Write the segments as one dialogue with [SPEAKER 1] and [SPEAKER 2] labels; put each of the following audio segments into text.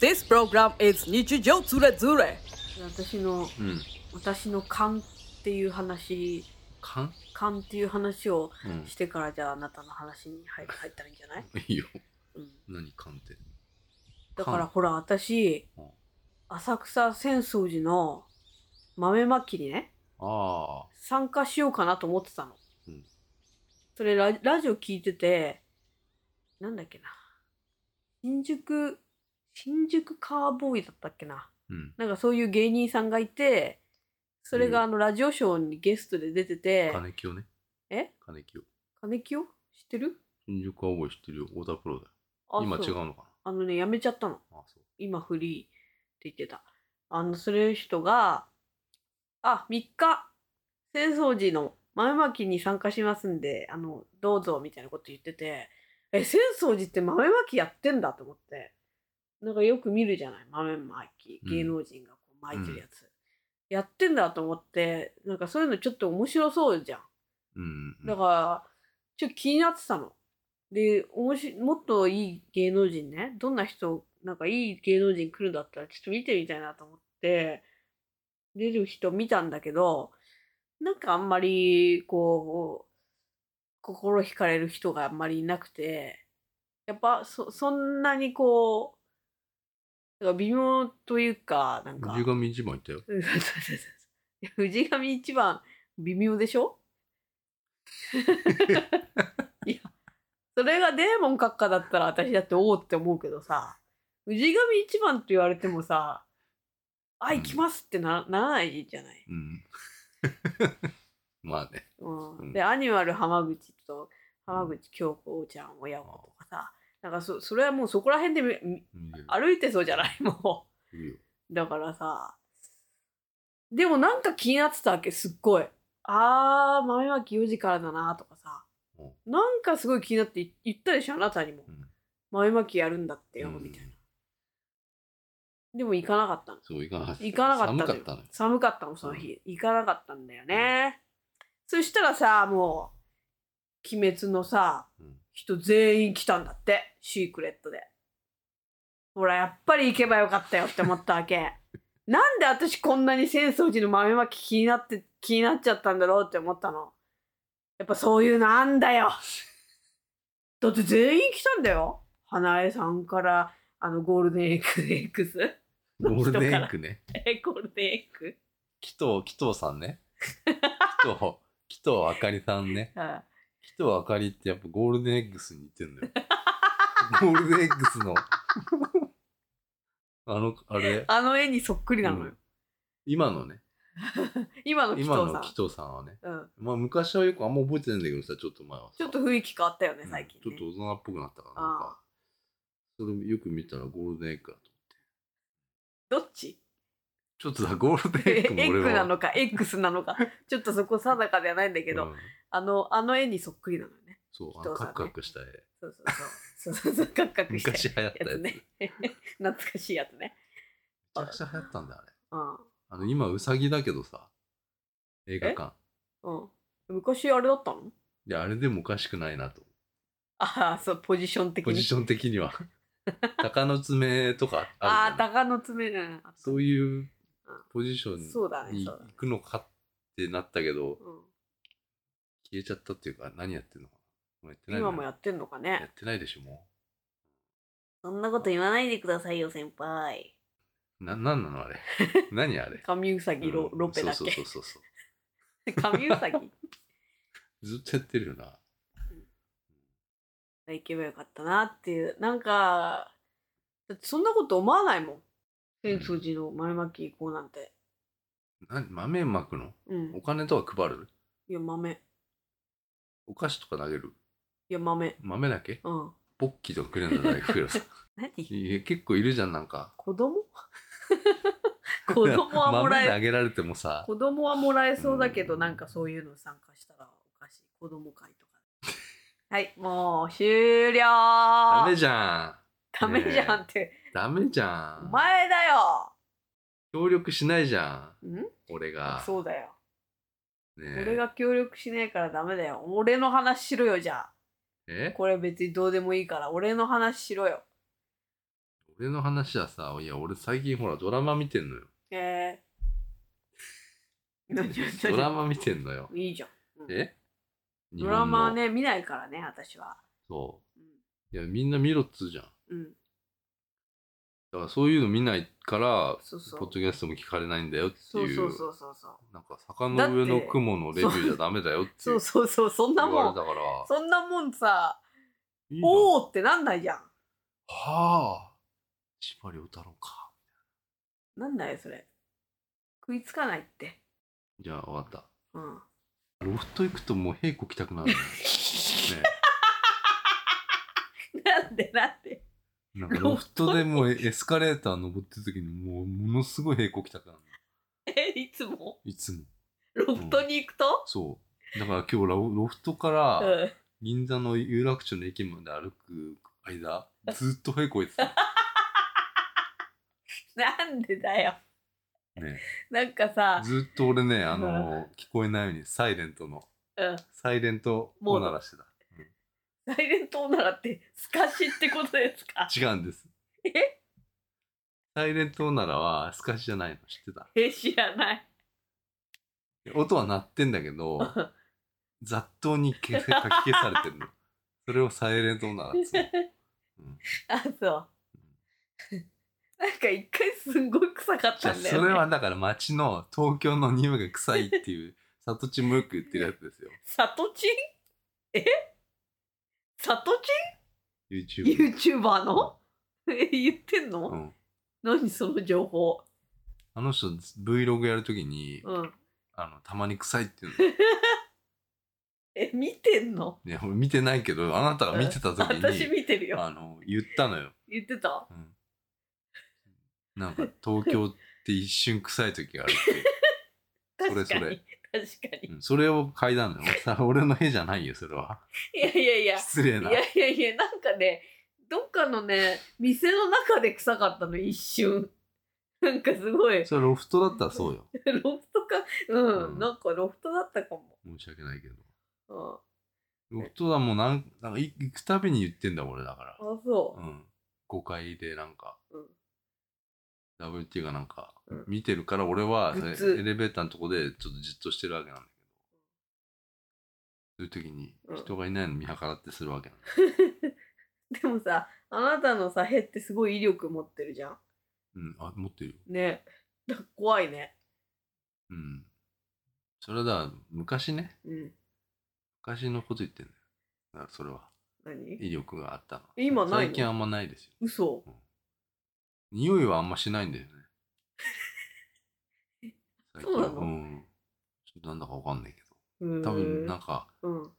[SPEAKER 1] This program is 日常ズレズレ
[SPEAKER 2] 私の
[SPEAKER 3] うん。
[SPEAKER 2] 私の勘っていう話
[SPEAKER 3] 勘
[SPEAKER 2] 勘っていう話を
[SPEAKER 3] うん。
[SPEAKER 2] してからじゃああなたの話に入入ったらいいんじゃない、
[SPEAKER 3] いいよ。
[SPEAKER 2] うん、
[SPEAKER 3] 何勘って。
[SPEAKER 2] だから
[SPEAKER 3] 勘
[SPEAKER 2] ほら私
[SPEAKER 3] うん
[SPEAKER 2] 浅草浅草寺の豆まきにね
[SPEAKER 3] ああ。
[SPEAKER 2] 参加しようかなと思ってたの、
[SPEAKER 3] うん
[SPEAKER 2] それララジオ聞いててなんだっけな新宿新宿カーボーイだったっけな
[SPEAKER 3] うん。
[SPEAKER 2] なんかそういう芸人さんがいてそれが
[SPEAKER 3] うん
[SPEAKER 2] あのラジオショーにゲストで出てて、
[SPEAKER 3] 金清ね。
[SPEAKER 2] え
[SPEAKER 3] 金清。
[SPEAKER 2] 金清知ってる
[SPEAKER 3] 新宿青い知ってるよ。太田プロだよ。
[SPEAKER 2] あ
[SPEAKER 3] 今
[SPEAKER 2] そう
[SPEAKER 3] 違うのか
[SPEAKER 2] あのねやめちゃったの
[SPEAKER 3] なあそう。
[SPEAKER 2] 今フリーって言ってたあのそれ人があ3日浅草寺の豆まきに参加しますんであのどうぞみたいなこと言っててえ浅草寺って豆まきやってんだと思ってなんかよく見るじゃない豆まき
[SPEAKER 3] うん
[SPEAKER 2] 芸能人がこう巻いてるやつ、やってんだと思ってなんかそういうのちょっと面白そうじゃん
[SPEAKER 3] うんうんうん。
[SPEAKER 2] だから、ちょっと気になってたの。で、おもしもっといい芸能人ね、どんな人、なんかいい芸能人来るんだったら、ちょっと見てみたいなと思って、出る人見たんだけど、なんかあんまり、こう、心惹かれる人があんまりいなくて、やっぱそ、そんなにこう、なんか微妙というか、なんか。
[SPEAKER 3] 藤上一番行ったよ。
[SPEAKER 2] うんそうそうそうそう 藤上一番微妙でしょ いやそれがデーモン閣下だったら私だっておおって思うけどさ藤上一番って言われてもさあ行きますってなならないじゃない、
[SPEAKER 3] うん。 まあね。
[SPEAKER 2] うん
[SPEAKER 3] うん
[SPEAKER 2] でアニマル浜口と浜口京子ちゃん親子とかさなんかそそれはもうそこら辺でみみ
[SPEAKER 3] 見れる
[SPEAKER 2] 歩いてそうじゃない も
[SPEAKER 3] いるよ。
[SPEAKER 2] うだからさでもなんか気になってたわけすっごいあー豆まき4時からだなとかさ
[SPEAKER 3] お
[SPEAKER 2] なんかすごい気になってい言ったでしょあなたにも
[SPEAKER 3] うん。
[SPEAKER 2] 豆まきやるんだってよ
[SPEAKER 3] うん
[SPEAKER 2] みたいなでも行かなかったの
[SPEAKER 3] そう、行かなかった。
[SPEAKER 2] 行かなかったのよ
[SPEAKER 3] 寒かったのよ。
[SPEAKER 2] 寒かったのその日、行かなかったんだよね、そしたらさもう鬼滅のさ
[SPEAKER 3] うん
[SPEAKER 2] 人全員来たんだってシークレットでほらやっぱり行けばよかったよって思ったわ けなんで私こんなに浅草寺の豆まき気になって気になっちゃったんだろうって思ったのやっぱそういうのあんだ よだって全員来たんだよ花江さんからあのゴールデンエッグ X
[SPEAKER 3] ゴールデンウィークね。
[SPEAKER 2] えゴールデンエッグ
[SPEAKER 3] 紀藤、紀藤さんね。紀藤、紀藤あかりさんね。
[SPEAKER 2] はい
[SPEAKER 3] 紀藤あかりってやっぱゴールデンエッグスに似てんだよ。ゴールデンエッグスの。あの、あれ、
[SPEAKER 2] あの絵にそっくりなのよ。
[SPEAKER 3] うん今のね、
[SPEAKER 2] 今の紀
[SPEAKER 3] 今
[SPEAKER 2] 藤
[SPEAKER 3] の
[SPEAKER 2] さ
[SPEAKER 3] 紀藤さんはね、
[SPEAKER 2] ん。うん。
[SPEAKER 3] まあ昔はよくあんま覚えてないんだけどさ、ちょっと前はさ。
[SPEAKER 2] ちょっと雰囲気変わったよね、最近、
[SPEAKER 3] うん
[SPEAKER 2] ね。
[SPEAKER 3] ちょっと大人っぽくなったから、
[SPEAKER 2] ああ
[SPEAKER 3] なんか、それよく見たらゴールデンエッグだと。
[SPEAKER 2] どっち
[SPEAKER 3] ちょっとだ、ゴールデン
[SPEAKER 2] エ
[SPEAKER 3] エッグも
[SPEAKER 2] ッ
[SPEAKER 3] 俺は。
[SPEAKER 2] グなのか、X なのか、ちょっとそこ定かではないんだけど、
[SPEAKER 3] うん
[SPEAKER 2] あの、あの絵にそっくりなのよね。
[SPEAKER 3] そう、あ
[SPEAKER 2] 紀
[SPEAKER 3] の
[SPEAKER 2] 藤さん
[SPEAKER 3] カ
[SPEAKER 2] ね
[SPEAKER 3] クカクした絵。
[SPEAKER 2] そうそうそう。そうそうそう、カクカクしたや
[SPEAKER 3] 昔流行ったや
[SPEAKER 2] つ
[SPEAKER 3] つ。め
[SPEAKER 2] ね。 懐かしいやつね。
[SPEAKER 3] ちゃくちゃ流行ったんだよ、あれ。
[SPEAKER 2] うん。
[SPEAKER 3] あの、今、ウサギだけどさ、映画館。
[SPEAKER 2] うん。昔あれだったの
[SPEAKER 3] いや、あれでもおかしくないなと。
[SPEAKER 2] ああ、そう、ポジション的
[SPEAKER 3] ポ
[SPEAKER 2] に。
[SPEAKER 3] ジション的に は。鷹の爪とかあ
[SPEAKER 2] あ
[SPEAKER 3] る
[SPEAKER 2] あ、
[SPEAKER 3] じゃん
[SPEAKER 2] 鷹の爪だな。
[SPEAKER 3] そういうポジション
[SPEAKER 2] そうだね
[SPEAKER 3] に
[SPEAKER 2] そうだね
[SPEAKER 3] 行くのかってなったけど、
[SPEAKER 2] うん
[SPEAKER 3] 消えちゃったっていうか、何やってんのかな。もうやってないの
[SPEAKER 2] 今もやってんのか
[SPEAKER 3] や
[SPEAKER 2] ね。
[SPEAKER 3] ってないでしょ、も
[SPEAKER 2] そんなこと言わないでくださいよ、先輩。
[SPEAKER 3] う。な、なんなのあ れ。何あれ。
[SPEAKER 2] 神ウサギロ,、
[SPEAKER 3] うん
[SPEAKER 2] ロペだっ
[SPEAKER 3] そうそうそうそう
[SPEAKER 2] け。神ウサギ
[SPEAKER 3] そう。ずっとやってるよな。
[SPEAKER 2] 行けばよかったなっていうなんかだってそんなこと思わないもん
[SPEAKER 3] うん
[SPEAKER 2] 浅草寺の前巻き行こうなんて
[SPEAKER 3] な豆まくの
[SPEAKER 2] うん
[SPEAKER 3] お金とか配る
[SPEAKER 2] いや豆
[SPEAKER 3] お菓子とか投げる
[SPEAKER 2] いや豆
[SPEAKER 3] 豆だけ
[SPEAKER 2] うん
[SPEAKER 3] ポッキーとかくれんじゃないくけ どさ。
[SPEAKER 2] 何
[SPEAKER 3] いや結構いるじゃん、なんか。
[SPEAKER 2] 子供 子供はもら
[SPEAKER 3] 豆投
[SPEAKER 2] え
[SPEAKER 3] げられてもさ、
[SPEAKER 2] 子供はもらえそうだけど、
[SPEAKER 3] うん
[SPEAKER 2] なんかそういうの参加したらおかしい子供会とかはいもう終了
[SPEAKER 3] ダ
[SPEAKER 2] ダ
[SPEAKER 3] メじゃん。
[SPEAKER 2] メじゃんって、
[SPEAKER 3] ダメじゃ
[SPEAKER 2] お
[SPEAKER 3] ん。
[SPEAKER 2] 前だよ
[SPEAKER 3] 協力しないじゃん。
[SPEAKER 2] ん
[SPEAKER 3] 俺が。
[SPEAKER 2] そうだよ
[SPEAKER 3] ねえ
[SPEAKER 2] 俺が協力しねえからダメだよ俺の話しろよじゃあ
[SPEAKER 3] え
[SPEAKER 2] これ別にどうでもいいから俺の話しろよ
[SPEAKER 3] 俺の話はさ、いや、俺最近ほら、ドラマ見てんのよ。
[SPEAKER 2] えー、何
[SPEAKER 3] ドラマ見てんのよ。
[SPEAKER 2] いいじゃん。うん
[SPEAKER 3] え
[SPEAKER 2] ドラマは。
[SPEAKER 3] 日本の
[SPEAKER 2] ね、見ないからね、私は。
[SPEAKER 3] そうう。いや、みんな見ろっつうじゃん。
[SPEAKER 2] ん。うん、
[SPEAKER 3] だからそういうの見ないから、
[SPEAKER 2] そうそ
[SPEAKER 3] ポッ
[SPEAKER 2] う。
[SPEAKER 3] ドキャストも聞かれないんだよって
[SPEAKER 2] そう
[SPEAKER 3] いう。
[SPEAKER 2] そうそうそうそう。
[SPEAKER 3] なんか、坂の上の雲のレビューじゃダメだよってい
[SPEAKER 2] そううそうそう、そんな
[SPEAKER 3] 言わ
[SPEAKER 2] も
[SPEAKER 3] れ
[SPEAKER 2] ん。
[SPEAKER 3] たから。
[SPEAKER 2] そんなもんさ、
[SPEAKER 3] いいな
[SPEAKER 2] おーってなんないじゃん。
[SPEAKER 3] はあ。司馬遼太郎か。
[SPEAKER 2] なんだよ、それ。食いつかないって。
[SPEAKER 3] じゃあ、わかった。
[SPEAKER 2] うん。
[SPEAKER 3] ロフト行くともう平子来たくなるね。ね
[SPEAKER 2] なんでなんで
[SPEAKER 3] なんかロフトでもうエスカレーター登ってる時にもうものすごい平行来たからね
[SPEAKER 2] え、いつも
[SPEAKER 3] いつも。
[SPEAKER 2] ロフトに行くと
[SPEAKER 3] そう。だから今日ロロフトか
[SPEAKER 2] う
[SPEAKER 3] ら
[SPEAKER 2] ん。
[SPEAKER 3] 銀座の有楽町の駅まで歩く間、ずっと平行行っ てた
[SPEAKER 2] なんでだよ。
[SPEAKER 3] の。ね、
[SPEAKER 2] なんかさ、
[SPEAKER 3] ずっと俺ね、あの、聞こえないようにサイレントの、
[SPEAKER 2] うん。
[SPEAKER 3] サイレントを鳴らしてた。
[SPEAKER 2] サイレントオナラって、すかしってことですか
[SPEAKER 3] 違うんです。
[SPEAKER 2] え
[SPEAKER 3] サイレントオナラはスカシじゃないの知ってた
[SPEAKER 2] え、知らない。
[SPEAKER 3] 音は鳴ってんだけ ど
[SPEAKER 2] うん
[SPEAKER 3] 雑踏に消せかき消されてるのそれをサイレントオナラっつう のうん
[SPEAKER 2] あ、そう。 なんか一回すんごい臭かっ
[SPEAKER 3] じ
[SPEAKER 2] た
[SPEAKER 3] ゃあ
[SPEAKER 2] んだよ、ね。
[SPEAKER 3] それはだから町の東京の匂いが臭いっ ていう里地もよく言ってるやつですよ
[SPEAKER 2] 里チン え里
[SPEAKER 3] YouTube で
[SPEAKER 2] チン ?YouTuber の え、言ってんの、
[SPEAKER 3] うん、
[SPEAKER 2] 何その情報。
[SPEAKER 3] あの人 Vlog やるときに
[SPEAKER 2] うん。
[SPEAKER 3] あのたまに臭いっていう
[SPEAKER 2] え、見てんの
[SPEAKER 3] のいや 俺見てないけどあなたが見てたとき
[SPEAKER 2] 私
[SPEAKER 3] に
[SPEAKER 2] 見てるよ。
[SPEAKER 3] あの言ったのよ、
[SPEAKER 2] 言ってた
[SPEAKER 3] うん、なんか東京って一瞬臭い時があるって
[SPEAKER 2] 確かに。
[SPEAKER 3] それそれ
[SPEAKER 2] 確かに。
[SPEAKER 3] うんそれを嗅いだんだよ。 さ俺の絵じゃないよ、それは。
[SPEAKER 2] いやいやいや。
[SPEAKER 3] 失礼
[SPEAKER 2] い
[SPEAKER 3] な。
[SPEAKER 2] やいやいや、なんかね、どっかのね、店の中で臭かったの、一瞬。なんかすごい、
[SPEAKER 3] それロフトだったらそうよ。
[SPEAKER 2] ロフトか、うん、
[SPEAKER 3] うん
[SPEAKER 2] なんかロフトだったかも。
[SPEAKER 3] 申し訳ないけど。
[SPEAKER 2] うん、あ、
[SPEAKER 3] ロフトはもうなん、なんかい行くたびに言ってんだ、俺だから。
[SPEAKER 2] そうう。
[SPEAKER 3] ん。誤解でなんか、
[SPEAKER 2] うん
[SPEAKER 3] WT がなんか
[SPEAKER 2] うん、
[SPEAKER 3] 見てるから俺は、
[SPEAKER 2] グ
[SPEAKER 3] そ
[SPEAKER 2] ッ
[SPEAKER 3] れ
[SPEAKER 2] ズ
[SPEAKER 3] エレベーターのとこでちょっとじっとしてるわけなんだけど。そういう時に
[SPEAKER 2] うん
[SPEAKER 3] 人がいないの見計らってするわけなんだ。
[SPEAKER 2] でもさ、あなたのさ、ヘってすごい威力持ってるじゃん。
[SPEAKER 3] うん、あ、持ってるよ。
[SPEAKER 2] ね。だ怖いね。
[SPEAKER 3] うん。それはだから、昔ね。
[SPEAKER 2] うん。
[SPEAKER 3] 昔のこと言ってんだよ。だからそれは。
[SPEAKER 2] 何
[SPEAKER 3] 威力があったの。
[SPEAKER 2] 今ないの
[SPEAKER 3] 最近あんまないですよ。
[SPEAKER 2] 嘘。
[SPEAKER 3] 匂いはあんましないんだよね。最 近
[SPEAKER 2] そうなの
[SPEAKER 3] ん。ちょっとなんだかわかんないけ
[SPEAKER 2] うん
[SPEAKER 3] ど。多分なんか、
[SPEAKER 2] うん。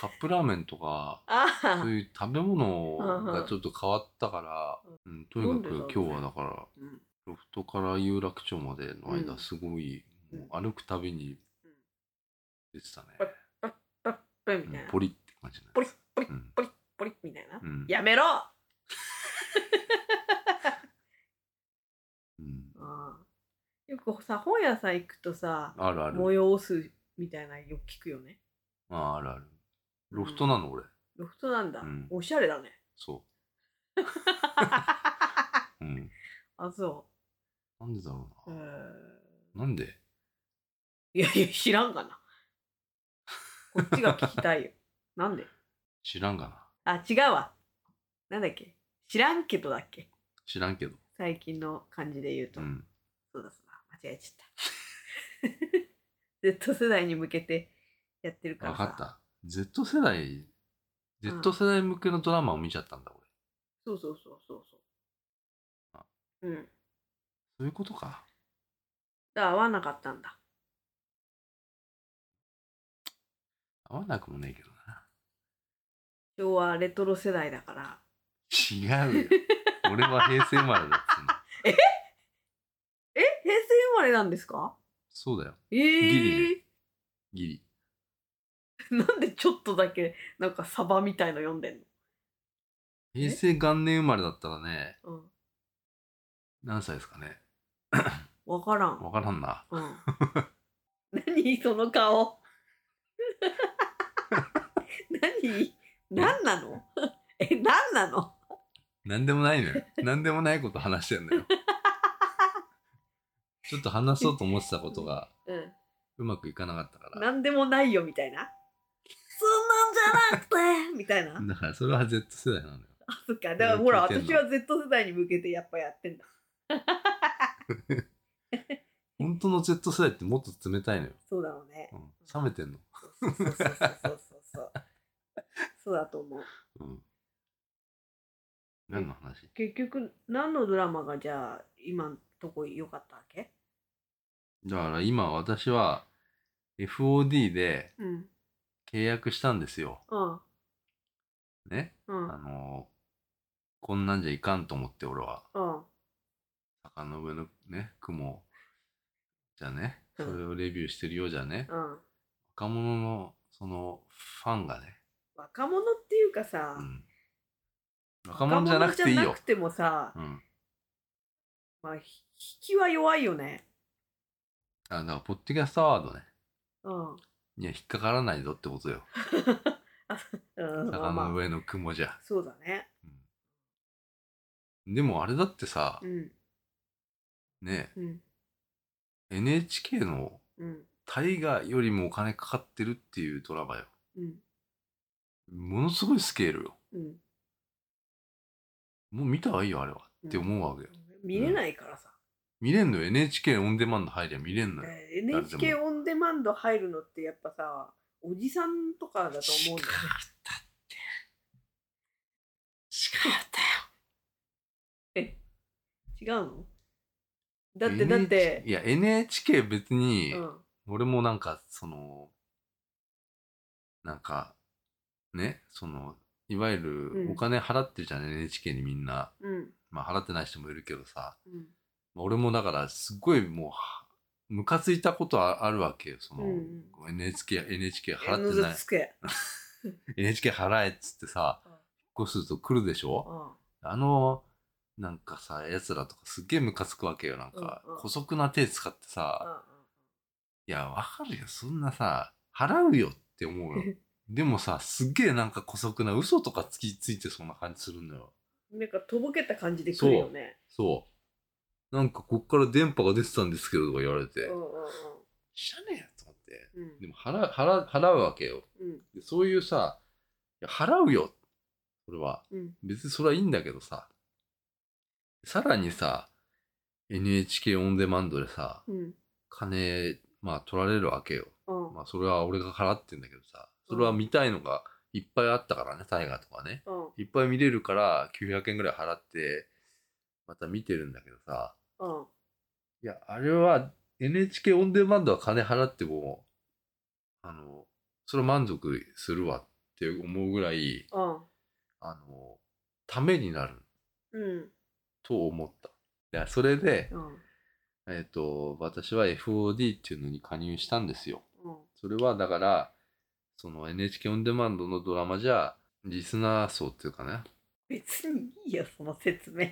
[SPEAKER 3] カップラーメンとか、
[SPEAKER 2] あ
[SPEAKER 3] そう
[SPEAKER 2] あ。
[SPEAKER 3] いう食べ物
[SPEAKER 2] うんう
[SPEAKER 3] が
[SPEAKER 2] ん
[SPEAKER 3] ちょっと変わったから、うん、と
[SPEAKER 2] 飲ん
[SPEAKER 3] に
[SPEAKER 2] で
[SPEAKER 3] か
[SPEAKER 2] たの
[SPEAKER 3] く
[SPEAKER 2] ね
[SPEAKER 3] 今日はだから、
[SPEAKER 2] うん
[SPEAKER 3] ロフトから有楽町までの
[SPEAKER 2] うん
[SPEAKER 3] 間、すごい、もう歩くたびに
[SPEAKER 2] うん
[SPEAKER 3] 出てたね。
[SPEAKER 2] パッパッみ
[SPEAKER 3] うん
[SPEAKER 2] たいな。
[SPEAKER 3] ポリって感じ
[SPEAKER 2] ポリッポリッ
[SPEAKER 3] うん
[SPEAKER 2] ポリッポリッみたいな。
[SPEAKER 3] うん。
[SPEAKER 2] やめろ
[SPEAKER 3] うん
[SPEAKER 2] うんよくさ、本屋さん行くとさ、
[SPEAKER 3] あるある。
[SPEAKER 2] 催すみたいなのよく聞くよね。
[SPEAKER 3] ああ、あるある。ロフトなの、俺。
[SPEAKER 2] ロフトなんだ。
[SPEAKER 3] うん
[SPEAKER 2] おしゃれだね。
[SPEAKER 3] そう。うん。
[SPEAKER 2] あ、そ
[SPEAKER 3] なんでだろ
[SPEAKER 2] う。
[SPEAKER 3] う
[SPEAKER 2] うー
[SPEAKER 3] な。
[SPEAKER 2] ん
[SPEAKER 3] なんで
[SPEAKER 2] いやいや、知らんがな。こっちが聞きた いよ。なんで
[SPEAKER 3] 知らんがな。
[SPEAKER 2] あ、違うわ。なんだっけ知らんけどだっけ
[SPEAKER 3] 知らんけど。
[SPEAKER 2] 最近の感じで言うと。
[SPEAKER 3] うん。
[SPEAKER 2] そうだそうだ。間違えちゃった。Z 世代に向けてやってるから
[SPEAKER 3] わ
[SPEAKER 2] さ。
[SPEAKER 3] かった。Z 世代、
[SPEAKER 2] ん
[SPEAKER 3] Z 世代向けのドラマを見ちゃったんだ、俺。
[SPEAKER 2] そうそうそうそうそ
[SPEAKER 3] あ
[SPEAKER 2] う。うん。
[SPEAKER 3] そういうことか。
[SPEAKER 2] だから合わなかったんだ。
[SPEAKER 3] 合わなくもねえけどな。
[SPEAKER 2] 昭和レトロ世代だから。
[SPEAKER 3] 違 うよ。俺は平成生まれだっつうの。
[SPEAKER 2] え平成生まれなんですか
[SPEAKER 3] そうだよ。
[SPEAKER 2] えー、
[SPEAKER 3] ギギリ。
[SPEAKER 2] なんでちょっとだけなんかサバみたいの読んでん
[SPEAKER 3] 平成元年生まれだったらね、
[SPEAKER 2] の
[SPEAKER 3] 何歳ですかね。
[SPEAKER 2] うん。わからん。
[SPEAKER 3] わからんな。
[SPEAKER 2] うん。何その顔。 何何なのえ、何なの
[SPEAKER 3] なんでもないのよ。なんでもないこと話してん のよ。ちょっと話そうと思ってたことが
[SPEAKER 2] うん。
[SPEAKER 3] うまくいかなかったから。
[SPEAKER 2] なんでもないよ、みたいな。そんなんじゃなくて、 みたいな。
[SPEAKER 3] だからそれは Z 世代なのよ。
[SPEAKER 2] あ、そっか。だからほら、
[SPEAKER 3] 聞いて
[SPEAKER 2] 私
[SPEAKER 3] んの
[SPEAKER 2] は Z 世代に向けてやっぱやってんだ。
[SPEAKER 3] 本当の Z 世代ってもっと冷たいのよ。
[SPEAKER 2] そうだろうね。
[SPEAKER 3] うん、冷めてんの。
[SPEAKER 2] そうそうそうそうそうそう。そうだと思う。
[SPEAKER 3] うん。何の話
[SPEAKER 2] 結局、何のドラマがじゃあ、今んとこ良かったわけ
[SPEAKER 3] だから今私は FOD で
[SPEAKER 2] うん。
[SPEAKER 3] 契約したんですよ。
[SPEAKER 2] うん。
[SPEAKER 3] ね。
[SPEAKER 2] うん。
[SPEAKER 3] あのーこんなんじゃいかんと思って俺は
[SPEAKER 2] うん。
[SPEAKER 3] 坂の上のね雲じゃね
[SPEAKER 2] う
[SPEAKER 3] そ
[SPEAKER 2] ん
[SPEAKER 3] れをレビューしてるようじゃね、
[SPEAKER 2] うん。
[SPEAKER 3] 若者のそのファンがね、
[SPEAKER 2] 若者っていうかさ
[SPEAKER 3] う、ん、若者じゃなくてい
[SPEAKER 2] 若者
[SPEAKER 3] い
[SPEAKER 2] じゃな
[SPEAKER 3] よ
[SPEAKER 2] く、てもさ、
[SPEAKER 3] うん、
[SPEAKER 2] まあ、ひ引きは弱いよね。
[SPEAKER 3] あだからポッドキャストアワードね
[SPEAKER 2] うん。
[SPEAKER 3] には引っかからないぞってことよ
[SPEAKER 2] うん、ま
[SPEAKER 3] 坂
[SPEAKER 2] あま
[SPEAKER 3] の
[SPEAKER 2] あ、
[SPEAKER 3] 上の雲じゃ、
[SPEAKER 2] そうだね。
[SPEAKER 3] うん、でもあれだってさ
[SPEAKER 2] うん。
[SPEAKER 3] ね
[SPEAKER 2] うん。
[SPEAKER 3] NHK の
[SPEAKER 2] うん。
[SPEAKER 3] 大河よりもお金かかってるっていうドラマよ
[SPEAKER 2] うん。
[SPEAKER 3] ものすごいスケールよ
[SPEAKER 2] うん。
[SPEAKER 3] もう見た方がいいよあれは
[SPEAKER 2] うん
[SPEAKER 3] って思うわけよ、
[SPEAKER 2] 見れないからさ。
[SPEAKER 3] 見れんのよ NHK オンデマンド入りゃ見れんのよ、
[SPEAKER 2] えー NHK オンデマンド入るのってやっぱさおじさんとかだと思うんだよね
[SPEAKER 3] ったって近かったよ
[SPEAKER 2] 違うのだってだって、
[SPEAKER 3] いや NHK 別に、
[SPEAKER 2] うん、
[SPEAKER 3] 俺もなんかそのなんかねそのいわゆ
[SPEAKER 2] うん
[SPEAKER 3] るお金払ってるじゃん、NHK にみんな
[SPEAKER 2] うん
[SPEAKER 3] まあ払ってない人もいるけどさ
[SPEAKER 2] うん
[SPEAKER 3] まあ俺もだからすっごいもうはムカついたことはあるわけよその、
[SPEAKER 2] うん
[SPEAKER 3] NHK NHK
[SPEAKER 2] えの
[SPEAKER 3] 払って
[SPEAKER 2] ぞ
[SPEAKER 3] ない
[SPEAKER 2] つけ
[SPEAKER 3] NHK 払えっつってさ
[SPEAKER 2] うん
[SPEAKER 3] 引っ越すと来るでしょ、あの、なんかさ、やつらとかすっげえムカつくわけよ。なんか、
[SPEAKER 2] うんうん
[SPEAKER 3] 姑息な手使って
[SPEAKER 2] うん
[SPEAKER 3] さ、いや、わかるよ。そんなさ、払うよって思うよ。 でもさ、すっげえなんか姑息な嘘とかつきついてそうな感じするのよ。
[SPEAKER 2] うんなんかとぼけた感じで来るよね
[SPEAKER 3] そう。なんかこっから電波が出てたんですけどとか言われ
[SPEAKER 2] う
[SPEAKER 3] て
[SPEAKER 2] ん、うん
[SPEAKER 3] 知らねえよと思って。
[SPEAKER 2] うんうん
[SPEAKER 3] でも払う、払う、払うわけよ。
[SPEAKER 2] うん
[SPEAKER 3] でそういうさ、いや払うよ。それは。
[SPEAKER 2] うん
[SPEAKER 3] 別にそれはいいんだけどさ、さらにさ、NHK オンデマンドでさ、
[SPEAKER 2] うん
[SPEAKER 3] 金、まあ取られるわけよ。
[SPEAKER 2] うん
[SPEAKER 3] まあそれは俺が払ってんだけどさ、それは見たいのがいっぱいあったからね、大河とかね。
[SPEAKER 2] うん
[SPEAKER 3] いっぱい見れるから900円ぐらい払って、また見てるんだけどさ、
[SPEAKER 2] うん
[SPEAKER 3] いや、あれは NHK オンデマンドは金払っても、あの、それは満足するわって思うぐらい、
[SPEAKER 2] うん
[SPEAKER 3] あの、ためになる。
[SPEAKER 2] うん
[SPEAKER 3] と思った。いやそれで、
[SPEAKER 2] うん
[SPEAKER 3] えっ、と、私は FOD っていうのに加入したんですよ。
[SPEAKER 2] うん
[SPEAKER 3] それはだから、その NHK オンデマンドのドラマじゃ、リスナー層っていうかね、
[SPEAKER 2] 別にいいよその説明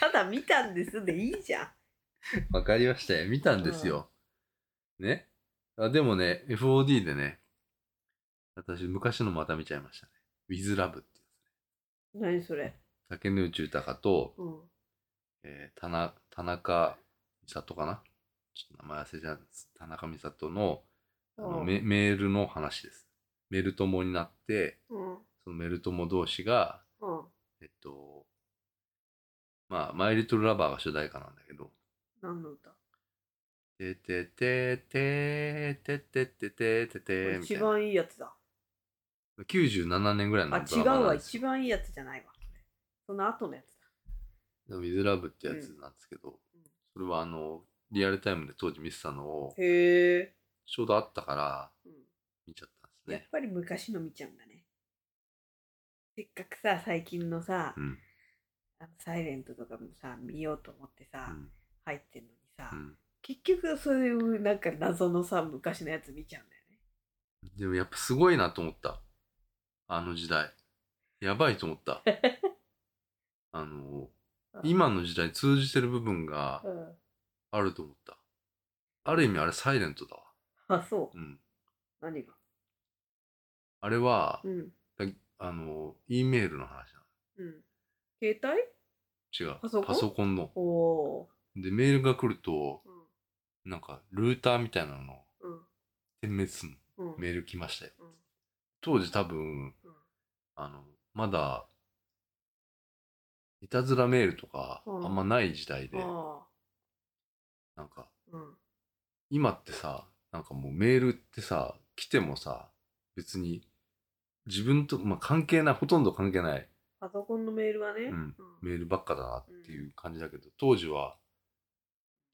[SPEAKER 2] ただ見たんですでいいじゃん
[SPEAKER 3] わかりましたよ。見たんですよ。ねあ。でもね、FOD でね、私昔のまた見ちゃいましたね。With Love っていう。
[SPEAKER 2] 何それ
[SPEAKER 3] 竹野内豊と、
[SPEAKER 2] うん
[SPEAKER 3] えー田な田中美里かなちょっと名前忘れちゃうんです。田中美里のあの
[SPEAKER 2] うん
[SPEAKER 3] メメールの話です。メル友になって、
[SPEAKER 2] うん
[SPEAKER 3] そのメル友同士が、
[SPEAKER 2] うん
[SPEAKER 3] えっと、まあ、マイリトルラバーが主題歌なんだけど、
[SPEAKER 2] 何の歌
[SPEAKER 3] ててててててててててみ
[SPEAKER 2] 一
[SPEAKER 3] たいな。
[SPEAKER 2] 番いいやつだ
[SPEAKER 3] 97年ぐらいの
[SPEAKER 2] あ、
[SPEAKER 3] ド
[SPEAKER 2] 違
[SPEAKER 3] ラマ
[SPEAKER 2] う
[SPEAKER 3] なん
[SPEAKER 2] わ。
[SPEAKER 3] です
[SPEAKER 2] 一番いいやつじゃないわ。その後のやつだ。
[SPEAKER 3] ウィズラブってやつなんですけど、それはあの、リアルタイムで当時見てたのを、
[SPEAKER 2] へえ、
[SPEAKER 3] ちょうどあったから、
[SPEAKER 2] うん
[SPEAKER 3] 見ちゃったんです
[SPEAKER 2] やっ
[SPEAKER 3] ね。
[SPEAKER 2] ぱり昔の見ちゃうんだね。せっかくさ、最近のさ、
[SPEAKER 3] うん。
[SPEAKER 2] あのサイレントとかもさ、見ようと思ってさ、
[SPEAKER 3] うん
[SPEAKER 2] 入ってんのにさ、
[SPEAKER 3] うん
[SPEAKER 2] 結局そういうなんか謎のさ、昔のやつ見ちゃうんだよね。
[SPEAKER 3] でもやっぱすごいなと思った。あの時代。やばいと思った。あの、今の時代に通じてる部分が
[SPEAKER 2] うん。
[SPEAKER 3] あると思った。ある意味あれサイレントだわ。
[SPEAKER 2] あ、そう
[SPEAKER 3] う。ん。
[SPEAKER 2] 何が
[SPEAKER 3] あれは
[SPEAKER 2] う、ん。
[SPEAKER 3] あの、E メールの話な
[SPEAKER 2] う
[SPEAKER 3] の
[SPEAKER 2] ん。携帯
[SPEAKER 3] 違う
[SPEAKER 2] パソコン
[SPEAKER 3] パソコンの
[SPEAKER 2] おお
[SPEAKER 3] でメールが来ると
[SPEAKER 2] ー。
[SPEAKER 3] なんかルーターみたいなのを
[SPEAKER 2] うん。
[SPEAKER 3] 点滅するの
[SPEAKER 2] うん。うん。
[SPEAKER 3] メール来ましたよ
[SPEAKER 2] うん
[SPEAKER 3] 当時多分
[SPEAKER 2] うん
[SPEAKER 3] あのまだいたずらメールとか
[SPEAKER 2] うん
[SPEAKER 3] あんまない時代で
[SPEAKER 2] ああ。
[SPEAKER 3] なんか
[SPEAKER 2] うん。
[SPEAKER 3] 今ってさなんかもうメールってさ来てもさ別に自分と、まあ、関係ないほとんど関係ない
[SPEAKER 2] パソコンのメールはね。
[SPEAKER 3] うんメールばっかだなっていう感じだけど当時は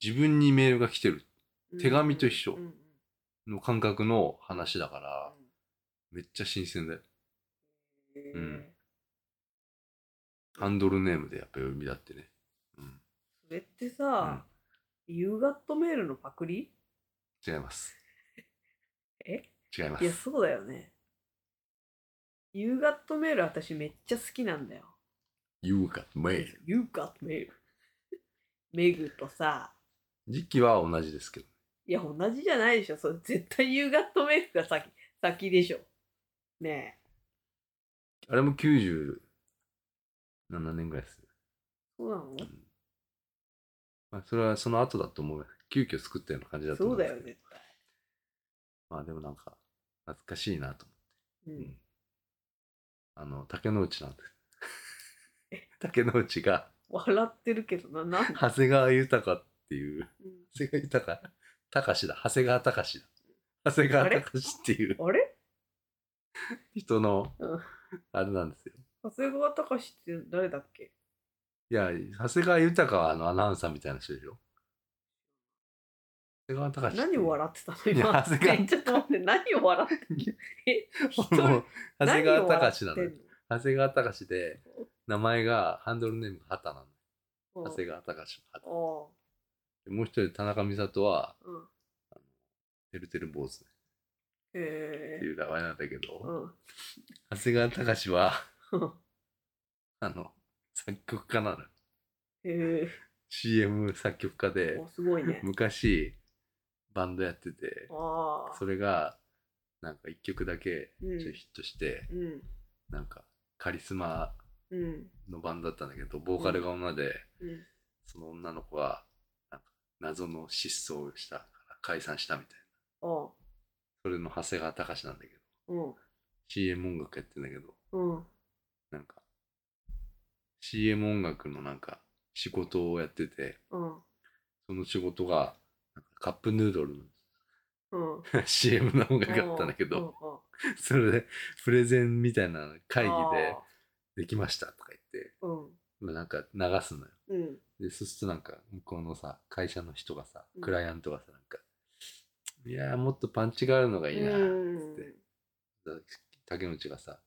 [SPEAKER 3] 自分にメールが来てる
[SPEAKER 2] うん
[SPEAKER 3] 手紙と一緒
[SPEAKER 2] うんうん
[SPEAKER 3] の感覚の話だからめっちゃ新鮮だよ
[SPEAKER 2] うん
[SPEAKER 3] うんハンドルネームでやっぱ呼びだってねうん
[SPEAKER 2] それってさ、夕方メールのパクリ
[SPEAKER 3] 違います
[SPEAKER 2] え
[SPEAKER 3] 違いま
[SPEAKER 2] いや、
[SPEAKER 3] す
[SPEAKER 2] そうだよね。夕方メール私めっちゃ好きなんだよ。
[SPEAKER 3] You got mail
[SPEAKER 2] 夕方メール。 メグとさ、
[SPEAKER 3] 時期は同じですけど
[SPEAKER 2] いや、同じじゃないでしょ。それ絶対夕方メールが先、先でしょ。ねえ。
[SPEAKER 3] あれも97年ぐらいです
[SPEAKER 2] そうなの
[SPEAKER 3] まあ、それはその後だと思う。急遽作ったような感じだと思
[SPEAKER 2] そううんだ
[SPEAKER 3] で
[SPEAKER 2] よ、
[SPEAKER 3] すけど。
[SPEAKER 2] 絶対。
[SPEAKER 3] まあでもなんか、懐かしいなと
[SPEAKER 2] う
[SPEAKER 3] 思って。
[SPEAKER 2] ん。
[SPEAKER 3] あの、竹之内な んです。竹之内が、
[SPEAKER 2] 笑ってるけどな、なんだ。
[SPEAKER 3] 長谷川豊っていう、
[SPEAKER 2] うん
[SPEAKER 3] 長谷川豊高志だ。長谷川高志だ。長谷川高志っていう
[SPEAKER 2] あれ
[SPEAKER 3] 人の
[SPEAKER 2] うん、
[SPEAKER 3] あれなんですよ。
[SPEAKER 2] 長谷川隆って誰だっけ
[SPEAKER 3] いや、長谷川豊はあのアナウンサーみたいな人でしょ。長谷川隆
[SPEAKER 2] 何を笑ってたの今。
[SPEAKER 3] いや長谷川
[SPEAKER 2] ねちょっと待って、何を笑ってんのえ、一人
[SPEAKER 3] もう長谷川隆
[SPEAKER 2] 何
[SPEAKER 3] な
[SPEAKER 2] を
[SPEAKER 3] の
[SPEAKER 2] 笑っ。て
[SPEAKER 3] よ
[SPEAKER 2] ん
[SPEAKER 3] 長谷川隆で、名前が、ハンドルネームが畑なの。
[SPEAKER 2] の
[SPEAKER 3] 長谷川隆の畑。
[SPEAKER 2] お
[SPEAKER 3] もう一人、田中美里は、
[SPEAKER 2] ううん。
[SPEAKER 3] てるてる坊主っ
[SPEAKER 2] へ
[SPEAKER 3] ていう名前なんだけ
[SPEAKER 2] ーう
[SPEAKER 3] ど、
[SPEAKER 2] ん。
[SPEAKER 3] 長谷川隆は、
[SPEAKER 2] うん
[SPEAKER 3] あの、作曲家なの。
[SPEAKER 2] へ
[SPEAKER 3] CM 作曲家
[SPEAKER 2] え。
[SPEAKER 3] で
[SPEAKER 2] お、すごいね。
[SPEAKER 3] 昔、バンドやってて、
[SPEAKER 2] ああ。
[SPEAKER 3] それが、なんか一曲だけ、
[SPEAKER 2] うん
[SPEAKER 3] ちょっとヒットして、
[SPEAKER 2] うん。
[SPEAKER 3] なんか、カリスマ
[SPEAKER 2] うん。
[SPEAKER 3] のバンドだったんだけど、ボーカルが女で、
[SPEAKER 2] うん。
[SPEAKER 3] その女の子は、なんか謎の失踪をしたから解散したみたいな。
[SPEAKER 2] ああ。
[SPEAKER 3] それの長谷川隆なんだけど、
[SPEAKER 2] うん。
[SPEAKER 3] CM 音楽やってんだけど、
[SPEAKER 2] うん。
[SPEAKER 3] なんか、CM 音楽のなんか仕事をやってて、
[SPEAKER 2] うん。
[SPEAKER 3] その仕事が、なんかカップヌードル
[SPEAKER 2] うん。
[SPEAKER 3] の CM の音楽だったんだけど、それでプレゼンみたいな会議でできましたとか言って、
[SPEAKER 2] うん。うん。
[SPEAKER 3] まあなんか流すのよ。
[SPEAKER 2] うん。うん。
[SPEAKER 3] で、そうするとなんか向こうのさ、会社の人がさ
[SPEAKER 2] う、ん
[SPEAKER 3] クライアントがさ、なんか、いやーもっとパンチがあるのがいいな、つって。竹内がさ、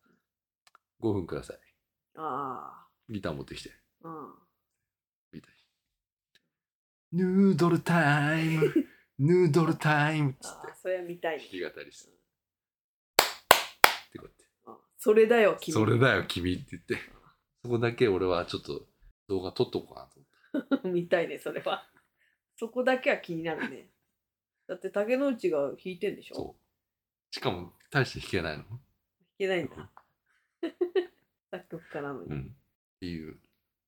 [SPEAKER 3] 5分ください。
[SPEAKER 2] あ
[SPEAKER 3] ギター持ってきて。
[SPEAKER 2] あ。うん。
[SPEAKER 3] みたいな。ヌードルタ イムヌードルタイムつ
[SPEAKER 2] あ
[SPEAKER 3] っ
[SPEAKER 2] あ、それは見たい
[SPEAKER 3] て
[SPEAKER 2] ね
[SPEAKER 3] 弾。き語りする。ってこうやって
[SPEAKER 2] ああそれだよ、君。
[SPEAKER 3] それだよ、君って言って。そこだけ俺はちょっと動画撮っとこうかなと思って。
[SPEAKER 2] みたいね、それは。そこだけは気になるね。だって竹之内が弾いてんでしょ弾
[SPEAKER 3] そう。しかも、大して弾けないの。
[SPEAKER 2] けないんだ。作曲家なのに。
[SPEAKER 3] う
[SPEAKER 2] っ
[SPEAKER 3] ん。っていう、っ
[SPEAKER 2] い
[SPEAKER 3] て
[SPEAKER 2] う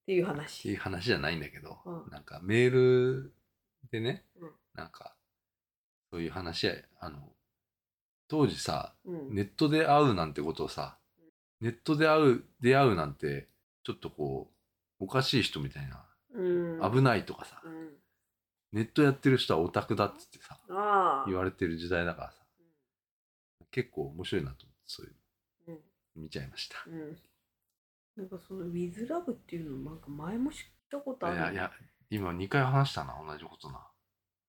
[SPEAKER 3] ていう
[SPEAKER 2] 話。
[SPEAKER 3] 話じゃないんだけど、
[SPEAKER 2] うん
[SPEAKER 3] なんかメールでね、
[SPEAKER 2] うん
[SPEAKER 3] なんか、そういう話や、あの、当時さ、
[SPEAKER 2] うん。
[SPEAKER 3] ネットで会うなんてことをさ、ネットで会う、出会うなんて、ちょっとこう、おかしい人みたいな、
[SPEAKER 2] うん。
[SPEAKER 3] 危ないとかさ、
[SPEAKER 2] うん。
[SPEAKER 3] ネットやってる人はオタクだっつってさ、
[SPEAKER 2] ああ。
[SPEAKER 3] 言われてる時代だからさ、結構面白いなと思って、そういう
[SPEAKER 2] うん。
[SPEAKER 3] の見ちゃいました。
[SPEAKER 2] うん。なんかその「With Love」っていうのなんか前も知ったことある
[SPEAKER 3] いやいや、今2回話したな、同じことな。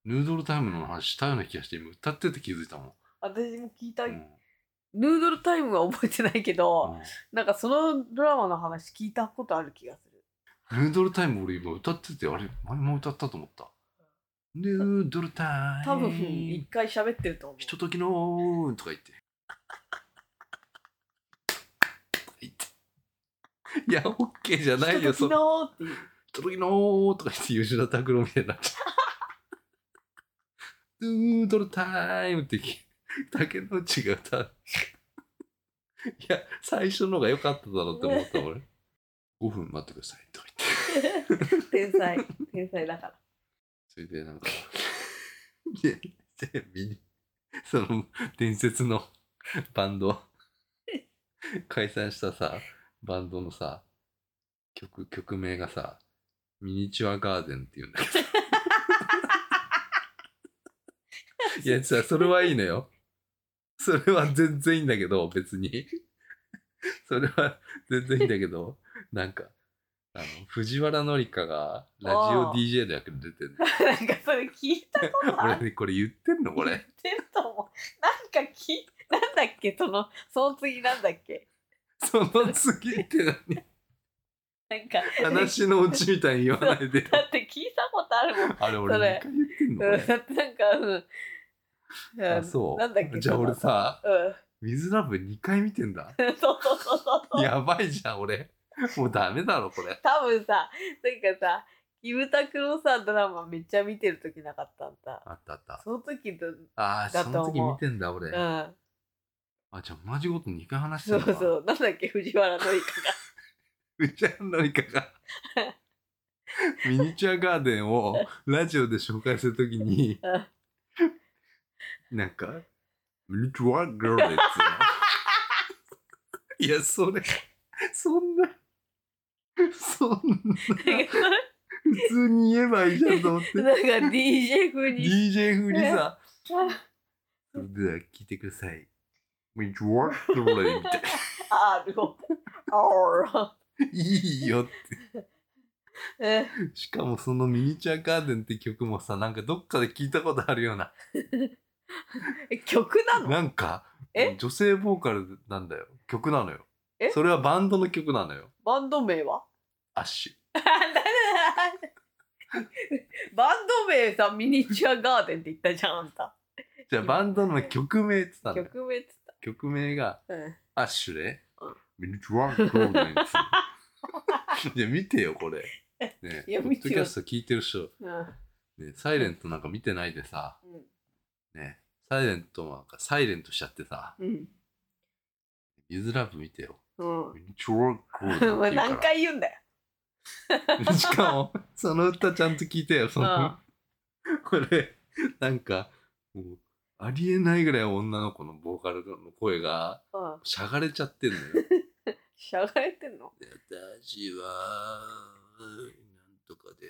[SPEAKER 3] ヌードルタイムの話したような気がして、今歌ってて気づいたもん。
[SPEAKER 2] 私も聞いた、
[SPEAKER 3] うん
[SPEAKER 2] ヌードルタイムは覚えてないけど、なんかそのドラマの話聞いたことある気がする
[SPEAKER 3] ヌードルタイム俺今歌ってて、あれ、前も歌ったと思った。ヌードルタイム。
[SPEAKER 2] 多分一回喋ってると思う
[SPEAKER 3] ひとときのとか 言って。言っていや、オッケーじゃないよ、
[SPEAKER 2] ひと
[SPEAKER 3] そ
[SPEAKER 2] ときのーっ
[SPEAKER 3] の。
[SPEAKER 2] ていう
[SPEAKER 3] ひとときのとか言って、吉田拓郎みたいになっちゃう。ヌードルタイムって、竹野内が歌う。いや、最初のが良かっただろうって思った、俺。 5分待ってくださいとか言って
[SPEAKER 2] 天 才。天才だから。
[SPEAKER 3] それで なんかいやテレビにその伝説のバンド解散したさバンドのさ曲曲名がさミニチュアガーデンっていうんだけ どいやさそれはいいのよそれは全然いいんだけど別にそれは全然いいんだけどなんかあの藤原紀香がラジオ
[SPEAKER 2] あー
[SPEAKER 3] DJ の役で出てる
[SPEAKER 2] なんかそれ聞いたことあ
[SPEAKER 3] 俺
[SPEAKER 2] る。
[SPEAKER 3] ねこれ言ってんのこ
[SPEAKER 2] 言
[SPEAKER 3] れ
[SPEAKER 2] っ てると思う。なんかき、なんだっけ、その、その次なんだっけ。
[SPEAKER 3] その次って何
[SPEAKER 2] なんか、
[SPEAKER 3] 話のうちみたいに言わない でよ
[SPEAKER 2] だって聞いたことあるもん。
[SPEAKER 3] あれ俺
[SPEAKER 2] それ
[SPEAKER 3] 何回言ってんのこ
[SPEAKER 2] うんだってなんか、うんうん。
[SPEAKER 3] れあそ
[SPEAKER 2] なんだっけ。
[SPEAKER 3] うじゃあ俺さ
[SPEAKER 2] うん。
[SPEAKER 3] 「ウィズラブ2回見てんだ
[SPEAKER 2] そうそうそうそうそう。
[SPEAKER 3] やばいじゃん俺もうダメだろこれ
[SPEAKER 2] 多分さ、なんかさ、キムタクのさ、ドラマめっちゃ見てる時なかったんだ。
[SPEAKER 3] あったあった
[SPEAKER 2] その時と、うん。
[SPEAKER 3] あー
[SPEAKER 2] だと
[SPEAKER 3] その
[SPEAKER 2] 思う
[SPEAKER 3] 時見てんだ俺あじゃあ同じこと2回話して
[SPEAKER 2] そう
[SPEAKER 3] るのか
[SPEAKER 2] そう。なんだっけ、藤原紀香が。
[SPEAKER 3] 藤原紀香がミニチュアガーデンをラジオで紹介するときに
[SPEAKER 2] うん
[SPEAKER 3] なんかミニチュアガーデンっつうのいやそれそんなそんな普通に言えばいいじゃんと思って
[SPEAKER 2] なんか DJ 風に。
[SPEAKER 3] DJ 風にさそれでは聞いてくださいミニチュアガーデンみたい
[SPEAKER 2] R を。R を。
[SPEAKER 3] いいよって
[SPEAKER 2] え
[SPEAKER 3] しかもそのミニチュアガーデンって曲もさなんかどっかで聞いたことあるような
[SPEAKER 2] 曲なの
[SPEAKER 3] なんか
[SPEAKER 2] え
[SPEAKER 3] 女性ボーカルなんだよ曲なのよ
[SPEAKER 2] え
[SPEAKER 3] それはバンドの曲なのよ
[SPEAKER 2] バンド名は
[SPEAKER 3] アッシ
[SPEAKER 2] バンド名さ、ミニチュアガーデンって言ったじゃん、あんた。
[SPEAKER 3] ュじゃあバンドの曲名って言ったのよ
[SPEAKER 2] 曲名っつっ
[SPEAKER 3] 曲名が
[SPEAKER 2] た。うん
[SPEAKER 3] アッシュで
[SPEAKER 2] うん
[SPEAKER 3] ミニチュアゴールデン っていういや見てよこれね
[SPEAKER 2] いや
[SPEAKER 3] ポ
[SPEAKER 2] 見
[SPEAKER 3] ッド
[SPEAKER 2] て
[SPEAKER 3] キ
[SPEAKER 2] よ
[SPEAKER 3] ャスト聞いてる人
[SPEAKER 2] うん。
[SPEAKER 3] ねサイレントなんか見てないでさ
[SPEAKER 2] うん
[SPEAKER 3] ねサイレントなんかサイレントしちゃってさ
[SPEAKER 2] うん。
[SPEAKER 3] ユズラブ見てよ
[SPEAKER 2] うん。
[SPEAKER 3] ミニチュアゴールデン
[SPEAKER 2] もう何
[SPEAKER 3] って言うか
[SPEAKER 2] 回言うんだよ。
[SPEAKER 3] ら しかもその歌ちゃんと聞いてよそのこれなんかもうありえないぐらい女の子のボーカルの声が
[SPEAKER 2] うん。うん。
[SPEAKER 3] しゃがれちゃってんのよ。
[SPEAKER 2] しゃがれてんの
[SPEAKER 3] 私はなんとかで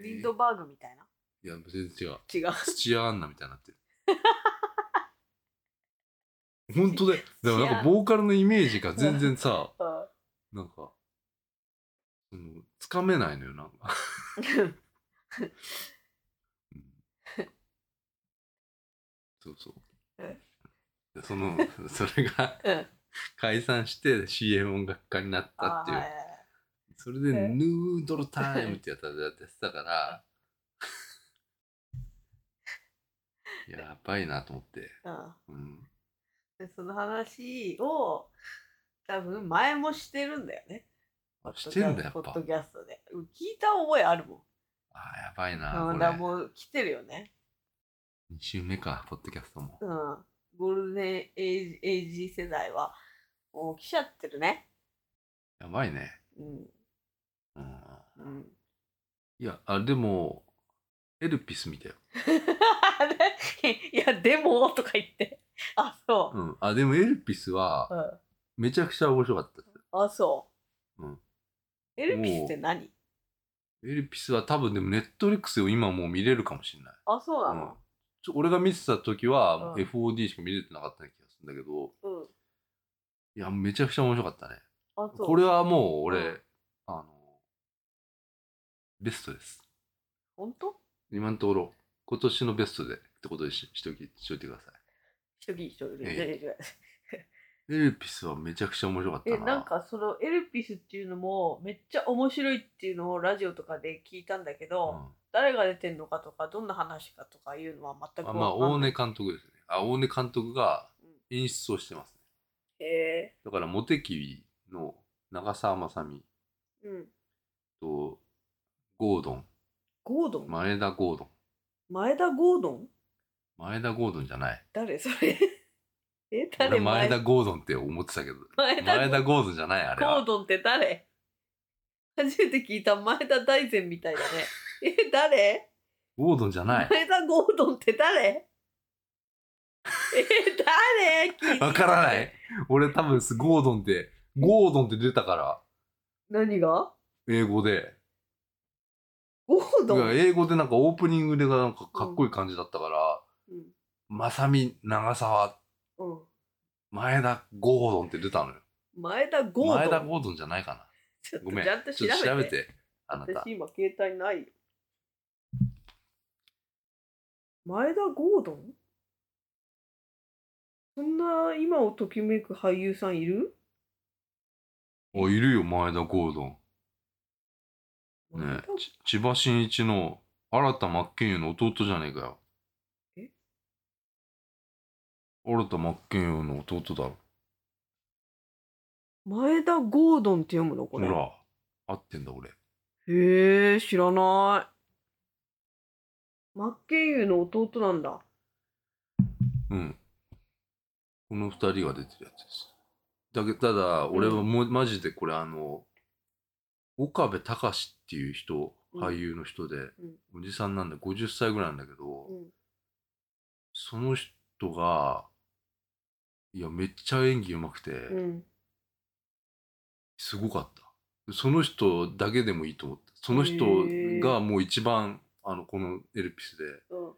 [SPEAKER 2] リンドバーグみたいな。
[SPEAKER 3] いや全然違う
[SPEAKER 2] 違う。
[SPEAKER 3] 土屋アンナみたいになってる。 本当ででもなんかボーカルのイメージが全然さ
[SPEAKER 2] うん
[SPEAKER 3] なんかそのつかめないのよなんか。うんそうそう
[SPEAKER 2] うん。
[SPEAKER 3] でそのそれが
[SPEAKER 2] うん。
[SPEAKER 3] 解散して CM 音楽家になったっていう
[SPEAKER 2] あーはいはいはい
[SPEAKER 3] それで
[SPEAKER 2] え
[SPEAKER 3] ヌードルタイムってやったやってたから やばいなと思って、
[SPEAKER 2] うん
[SPEAKER 3] うん、
[SPEAKER 2] でその話を多分前もしてるんだよね。
[SPEAKER 3] あしてんだや
[SPEAKER 2] ポ
[SPEAKER 3] っ
[SPEAKER 2] ッ
[SPEAKER 3] ぱ
[SPEAKER 2] ドキャストで。うん聞いた覚えあるもん。
[SPEAKER 3] あーやばいな
[SPEAKER 2] うん、
[SPEAKER 3] こ
[SPEAKER 2] だから
[SPEAKER 3] れ
[SPEAKER 2] もう来てるよね。
[SPEAKER 3] 2週目かポッドキャストも
[SPEAKER 2] うん。ゴールデンエイジエイジ世代はもう来ちゃってるね。
[SPEAKER 3] やばいね、
[SPEAKER 2] うん。
[SPEAKER 3] うん、
[SPEAKER 2] うん。
[SPEAKER 3] いやあでもエルピス見たよ、
[SPEAKER 2] いや、でもとか言って。あ、そう
[SPEAKER 3] う。ん、あでもエルピス
[SPEAKER 2] う
[SPEAKER 3] は
[SPEAKER 2] ん。
[SPEAKER 3] めちゃくちゃ面白かったです
[SPEAKER 2] あ、そう。
[SPEAKER 3] うん。
[SPEAKER 2] エルピスって何
[SPEAKER 3] エルピスは多分でもネットフリックスを今もう見れるかもしれない
[SPEAKER 2] あ、そうな
[SPEAKER 3] うん
[SPEAKER 2] の、
[SPEAKER 3] ちょ俺が見てた時はもううん FOD しか見れてなかったような気がするんだけど、
[SPEAKER 2] うん、
[SPEAKER 3] いやめちゃくちゃ面白かったね
[SPEAKER 2] あ、そう。
[SPEAKER 3] これはもう俺、
[SPEAKER 2] うん
[SPEAKER 3] あのベストです
[SPEAKER 2] 本当
[SPEAKER 3] 今のところ今年のベストでってことにししときしといてくださ
[SPEAKER 2] 一人一人で。
[SPEAKER 3] ええ
[SPEAKER 2] いやいやいや
[SPEAKER 3] いエルピスはめちゃくちゃ面白かったな
[SPEAKER 2] えなんかそのエルピスっていうのもめっちゃ面白いっていうのをラジオとかで聞いたんだけ
[SPEAKER 3] う
[SPEAKER 2] ど、
[SPEAKER 3] ん
[SPEAKER 2] 誰が出てんのかとかどんな話かとかいうのは全く
[SPEAKER 3] あまあ
[SPEAKER 2] わか
[SPEAKER 3] 大
[SPEAKER 2] んない
[SPEAKER 3] 根監督ですねあ大根監督が演出をしてますね
[SPEAKER 2] へ
[SPEAKER 3] だからモテキの長澤まさみ
[SPEAKER 2] えうん
[SPEAKER 3] とゴードン
[SPEAKER 2] ゴードン、
[SPEAKER 3] 前田ゴードン
[SPEAKER 2] 前田ゴードン
[SPEAKER 3] 前田ゴードンじゃない
[SPEAKER 2] 誰それえ誰
[SPEAKER 3] 俺前田ゴードンって思ってたけど
[SPEAKER 2] 前田
[SPEAKER 3] 前田ゴードンじゃないあれ
[SPEAKER 2] ゴー
[SPEAKER 3] は
[SPEAKER 2] ドンって誰初めて聞いた前田大然みたいだね。え、誰
[SPEAKER 3] ゴードンじゃない。
[SPEAKER 2] 前田ゴードンって誰え、誰聞いて
[SPEAKER 3] わからない。。俺多分す、ゴードンって、ゴードンって出たから、
[SPEAKER 2] 何が
[SPEAKER 3] 英語で。
[SPEAKER 2] ゴード
[SPEAKER 3] いや
[SPEAKER 2] ン、
[SPEAKER 3] 英語でなんかオープニングでなんかかっこいい感じだったから、
[SPEAKER 2] うん
[SPEAKER 3] まさみ、長澤、
[SPEAKER 2] うん、
[SPEAKER 3] 前田、ゴードンって出たのよ。
[SPEAKER 2] 前田ゴー
[SPEAKER 3] 前
[SPEAKER 2] ド
[SPEAKER 3] 田
[SPEAKER 2] ン。
[SPEAKER 3] ゴードンじゃないかな。
[SPEAKER 2] ちょっ
[SPEAKER 3] ご
[SPEAKER 2] と
[SPEAKER 3] めん。
[SPEAKER 2] ちゃんと調
[SPEAKER 3] ちょっと調べ
[SPEAKER 2] べて。
[SPEAKER 3] て、あなた
[SPEAKER 2] 私。今携帯ないよ。前田ゴードンそんな今をときめく俳優さんいる
[SPEAKER 3] お、いるよ、前田ゴードン。ねえ、ち千葉真一の新田真剣佑の弟じゃねえかよ。
[SPEAKER 2] え
[SPEAKER 3] 新田真剣佑の弟だろ。
[SPEAKER 2] 前田ゴードンって読むのこ
[SPEAKER 3] ほ
[SPEAKER 2] れ。
[SPEAKER 3] ら、合ってんだ俺。
[SPEAKER 2] へえ、知らない。マッケンユーの弟なんだ。
[SPEAKER 3] うん。この二人が出てるやつです。だけただ、俺はもう、マジでこれあの、岡部隆っていう人、
[SPEAKER 2] うん
[SPEAKER 3] 俳優の人で、
[SPEAKER 2] ん
[SPEAKER 3] おじさんなんだ、50歳ぐらいなんだけど、
[SPEAKER 2] うん。
[SPEAKER 3] その人が、いや、めっちゃ演技うまくて、
[SPEAKER 2] うん。
[SPEAKER 3] すごかった。その人だけでもいいと思った。その人がもう一番、あの、このエルピスで、
[SPEAKER 2] うん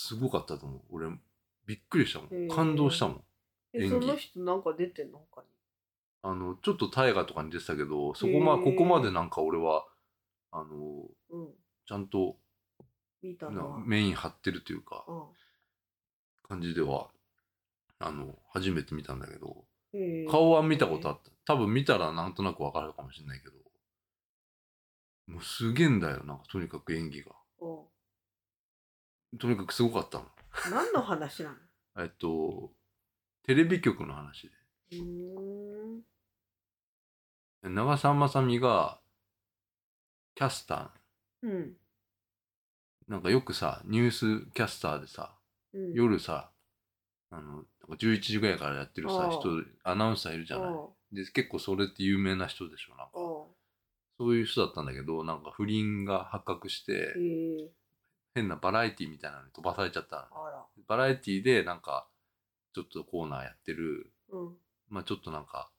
[SPEAKER 3] すごかったと思う。俺、びっくりしたも
[SPEAKER 2] へ
[SPEAKER 3] ん。
[SPEAKER 2] ー
[SPEAKER 3] 感動したもん。
[SPEAKER 2] え、
[SPEAKER 3] 演
[SPEAKER 2] そ
[SPEAKER 3] 技
[SPEAKER 2] の人なんか出てんの他に。
[SPEAKER 3] あの、ちょっと大河とかに出てたけど、そこま、
[SPEAKER 2] へー
[SPEAKER 3] ここまでなんか俺は、あの、
[SPEAKER 2] うん。
[SPEAKER 3] ちゃんと
[SPEAKER 2] 見た
[SPEAKER 3] な
[SPEAKER 2] のは。
[SPEAKER 3] メイン張ってるというか、
[SPEAKER 2] う
[SPEAKER 3] 感じでは、あの、初めて見たんだけど、
[SPEAKER 2] ん。へえ
[SPEAKER 3] 顔は見たことあった。多分見たらなんとなくわかるかもしれないけど、もうすげえんだよ、なんかとにかく演技が。
[SPEAKER 2] うん
[SPEAKER 3] とにかくすごかったの。
[SPEAKER 2] 何の話なの
[SPEAKER 3] えっと、テレビ局の話で。
[SPEAKER 2] うーん。
[SPEAKER 3] 長澤まさみが、キャスタ
[SPEAKER 2] うん。
[SPEAKER 3] ー、なんかよくさ、ニュースキャスターでさ、
[SPEAKER 2] うん
[SPEAKER 3] 夜さ、あの、なんか11時ぐらいからやってる
[SPEAKER 2] あ
[SPEAKER 3] さ、
[SPEAKER 2] あ
[SPEAKER 3] 人、アナウンサーいるじゃない。で、結構それって有名な人でしょ、なんか。そういう人だったんだけど、なんか不倫が発覚して
[SPEAKER 2] うん。、へえ。
[SPEAKER 3] 変なバラエティみたいなのに飛ばされちゃった
[SPEAKER 2] あら。
[SPEAKER 3] の。バラエティでなんか、ちょっとコーナーやってる、
[SPEAKER 2] うん。
[SPEAKER 3] まあちょっとなんか、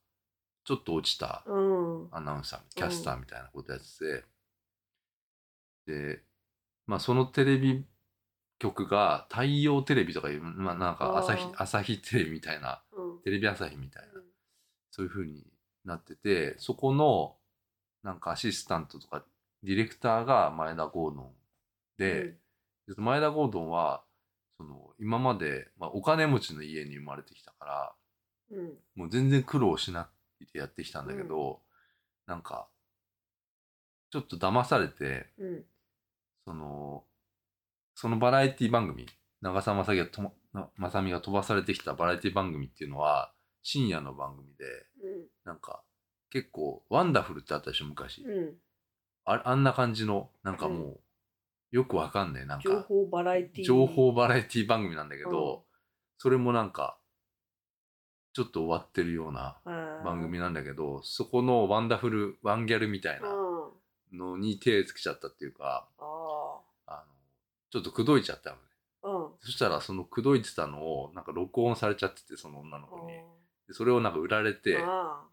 [SPEAKER 3] ちょっと落ちた
[SPEAKER 2] うん。
[SPEAKER 3] アナウンサー、キャスターみたいなことやってて、で、まあそのテレビ局が太陽テレビとかいう、まあなんか朝日
[SPEAKER 2] あ、ー
[SPEAKER 3] 朝日テレビみたいな、
[SPEAKER 2] うん。
[SPEAKER 3] テレビ朝日みたいな、そういう風になってて、そこの、なんかアシスタントとか、ディレクターが前田ゴードンで、で前田ゴードンはその今まで、まあ、お金持ちの家に生まれてきたから
[SPEAKER 2] うん。
[SPEAKER 3] もう全然苦労しなくてやってきたんだけど、なんかちょっと騙されて
[SPEAKER 2] うん。
[SPEAKER 3] そのそのバラエティ番組長澤まさみがともなまさみが飛ばされてきたバラエティ番組っていうのは深夜の番組で
[SPEAKER 2] う
[SPEAKER 3] なんか結構「ワンダフル」ってあったでしょ昔、
[SPEAKER 2] ん。うん。
[SPEAKER 3] ああんな感じのなんかもう、よくわかんねえなんか
[SPEAKER 2] 情報バラエティ
[SPEAKER 3] 情報バラエティ番組なんだけど、
[SPEAKER 2] うん
[SPEAKER 3] それもなんかちょっと終わってるような番
[SPEAKER 2] 番
[SPEAKER 3] 組なんだけど、そこのワンダフルワンギャルみたいな
[SPEAKER 2] うん。あ
[SPEAKER 3] のに手つけちゃったっていうか
[SPEAKER 2] あ。
[SPEAKER 3] あのちょっと口説いちゃったのね
[SPEAKER 2] うん。あ
[SPEAKER 3] そしたらその口説いてたのをなんか録音されちゃっててその女の子にでそれをなんか売られて、
[SPEAKER 2] あ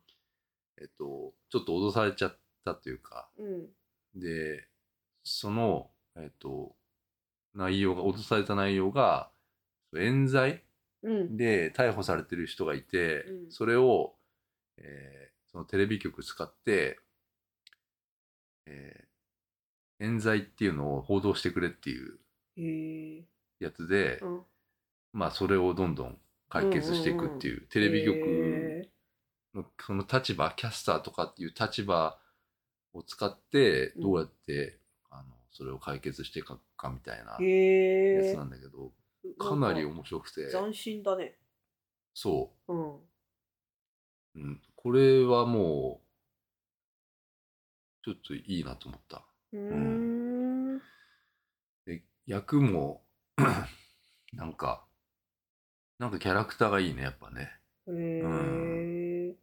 [SPEAKER 3] えっと、ちょっと脅されちゃったっていうか
[SPEAKER 2] ー。うん。
[SPEAKER 3] でそのえっと内容が脅された内容が冤罪
[SPEAKER 2] うん。
[SPEAKER 3] で逮捕されてる人がいて、
[SPEAKER 2] うん
[SPEAKER 3] それを、えーそのテレビ局使って、えー冤罪っていうのを報道してくれっていう
[SPEAKER 2] へえ。
[SPEAKER 3] やつで、
[SPEAKER 2] うん。
[SPEAKER 3] まあそれをどんどん解決していくっていう、テ
[SPEAKER 2] テ
[SPEAKER 3] レビ局のその立場キャスターとかっていう立場を使ってどうやって、あのそれを解決していくかみたいな
[SPEAKER 2] へ
[SPEAKER 3] や
[SPEAKER 2] え
[SPEAKER 3] つな。んだけど、かなり面白くて
[SPEAKER 2] 斬新だね。
[SPEAKER 3] そう
[SPEAKER 2] うん。
[SPEAKER 3] うん、これはもう、ちょっといいなと思った。
[SPEAKER 2] うーん。
[SPEAKER 3] で役も、 なんか、なんかキャラクターがいいね、やっぱね。
[SPEAKER 2] へえ。
[SPEAKER 3] っ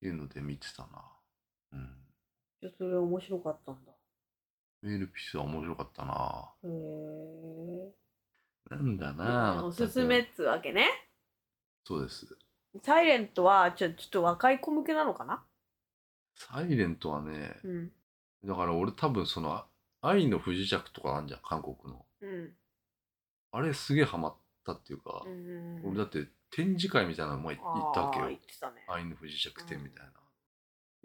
[SPEAKER 3] ていうので見てたな。うん。
[SPEAKER 2] いやそれ面白かったんだ。
[SPEAKER 3] メルピスは面白かったな
[SPEAKER 2] へえ。
[SPEAKER 3] なんだなあ
[SPEAKER 2] おすすめっつうわけね。
[SPEAKER 3] そうです。
[SPEAKER 2] サイレントはちょちょっと若い子向けなのかな
[SPEAKER 3] サイレントはね、
[SPEAKER 2] うん。
[SPEAKER 3] だから俺多分その、あ愛の不時着とかあんじゃん、韓国の。
[SPEAKER 2] うん。
[SPEAKER 3] あれすげえハマったっていうか
[SPEAKER 2] う、ん、
[SPEAKER 3] 俺だって展示会みたいなの前行ったわけ
[SPEAKER 2] あー
[SPEAKER 3] よ
[SPEAKER 2] 言っ。てたね。
[SPEAKER 3] 愛の不時着展みたいな。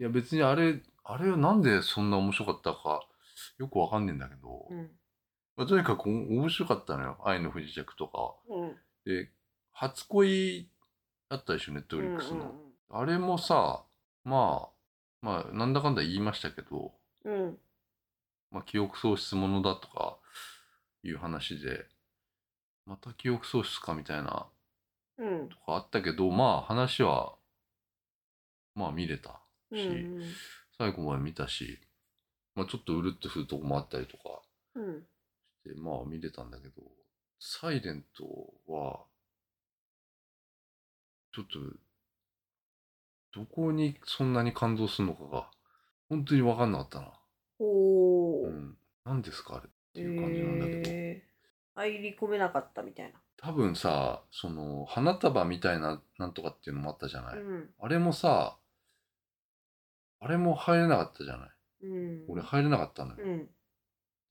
[SPEAKER 3] いや別にあれ、あれはなんでそんな面白かったか、よくわかんねえんだけど、
[SPEAKER 2] うん。
[SPEAKER 3] まあ、とにかくお面白かったのよ。愛の不時着とか。
[SPEAKER 2] うん。
[SPEAKER 3] で、初恋あったでしょ、ネットフリックスの。あれもさ、まあ、まあ、なんだかんだ言いましたけど、
[SPEAKER 2] うんうんうん。
[SPEAKER 3] まあ、記憶喪失ものだとかいう話で、また記憶喪失かみたいな
[SPEAKER 2] うん。
[SPEAKER 3] とかあったけど、まあ、話は、まあ、見れた
[SPEAKER 2] うん。
[SPEAKER 3] し、
[SPEAKER 2] うん。
[SPEAKER 3] 最後まで見たし、まあ、ちょっとうるっとするとこもあったりとか
[SPEAKER 2] うん。
[SPEAKER 3] して、まあ、見れたんだけど、サイレントは、ちょっと、どこにそんなに感動するのかが、本当に分かんなかったな。
[SPEAKER 2] ほ
[SPEAKER 3] う
[SPEAKER 2] う。
[SPEAKER 3] ん。何ですかあれって
[SPEAKER 2] へ
[SPEAKER 3] いう感じなんだけど。
[SPEAKER 2] え入り込めなかったみたい
[SPEAKER 3] 多分さ、その、花束みたいな、なんとかっていうのもあったじゃな
[SPEAKER 2] な。
[SPEAKER 3] い、
[SPEAKER 2] うん。
[SPEAKER 3] あれもさ、あれも入れなかったじゃない
[SPEAKER 2] うん。
[SPEAKER 3] 俺入れなかったのよ。
[SPEAKER 2] うん。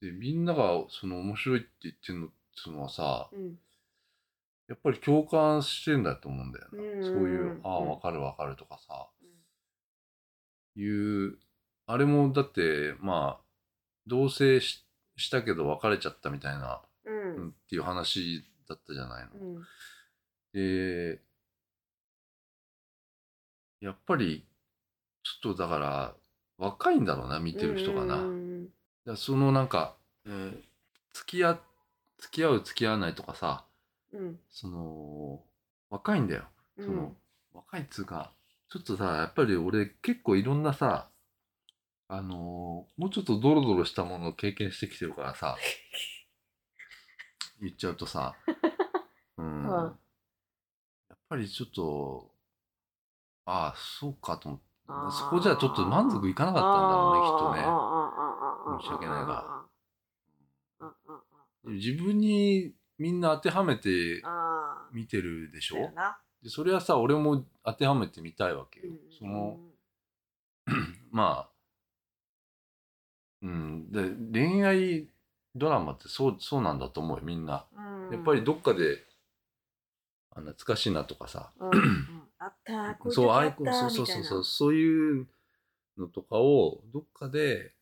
[SPEAKER 3] で、みんなが、その、面白いって言ってるのっていうのはさ、
[SPEAKER 2] うん。
[SPEAKER 3] やっぱり共感してんだと思うんだよな。
[SPEAKER 2] うん
[SPEAKER 3] そういう、ああ、
[SPEAKER 2] うん
[SPEAKER 3] わかるわかるとかさ、いう、あれもだって、まあ、同棲ししたけど別れちゃったみたいな、
[SPEAKER 2] う
[SPEAKER 3] うん
[SPEAKER 2] ん。
[SPEAKER 3] っていう話だったじゃないの。
[SPEAKER 2] うん。
[SPEAKER 3] で、やっぱり、ちょっとだから、若いんだろうな、見てる人がな。だ
[SPEAKER 2] う
[SPEAKER 3] か
[SPEAKER 2] ん
[SPEAKER 3] らそのなんか、えー付き合、付き合う、付き合わないとかさ、
[SPEAKER 2] うん。
[SPEAKER 3] その、若いんだよ。
[SPEAKER 2] うん。
[SPEAKER 3] その、若いっつうか、ちょっとさ、やっぱり俺結構いろんなさ、あのーもうちょっとドロドロしたものを経験してきてるから さ、言っちゃうとさ、 うん。
[SPEAKER 2] うん
[SPEAKER 3] やっぱりちょっと、ああ、そうかと思って、
[SPEAKER 2] あー
[SPEAKER 3] そこじゃちょっと満足いかなかったんだろうね、
[SPEAKER 2] あーあーあーあーあーあーあーあーあー
[SPEAKER 3] 申し訳ないが
[SPEAKER 2] うんうんうん
[SPEAKER 3] きっとね。自分にみんな当てはめて
[SPEAKER 2] あ
[SPEAKER 3] 見てるでし
[SPEAKER 2] ーだよ
[SPEAKER 3] ょ
[SPEAKER 2] な
[SPEAKER 3] でそれはさ、俺も当てはめてみたいわけ
[SPEAKER 2] う
[SPEAKER 3] よ。
[SPEAKER 2] ん
[SPEAKER 3] その、まあ、うん、で恋愛ドラマってそうそうなんだと思うよみんな。
[SPEAKER 2] うん
[SPEAKER 3] やっぱりどっかで、あ懐かしいなとかさ、
[SPEAKER 2] うんうんあったーこう
[SPEAKER 3] そうあ
[SPEAKER 2] い
[SPEAKER 3] いうこ
[SPEAKER 2] 時あったー
[SPEAKER 3] そうそう
[SPEAKER 2] みたい
[SPEAKER 3] そ
[SPEAKER 2] な
[SPEAKER 3] うそうそういうのとかをどっかで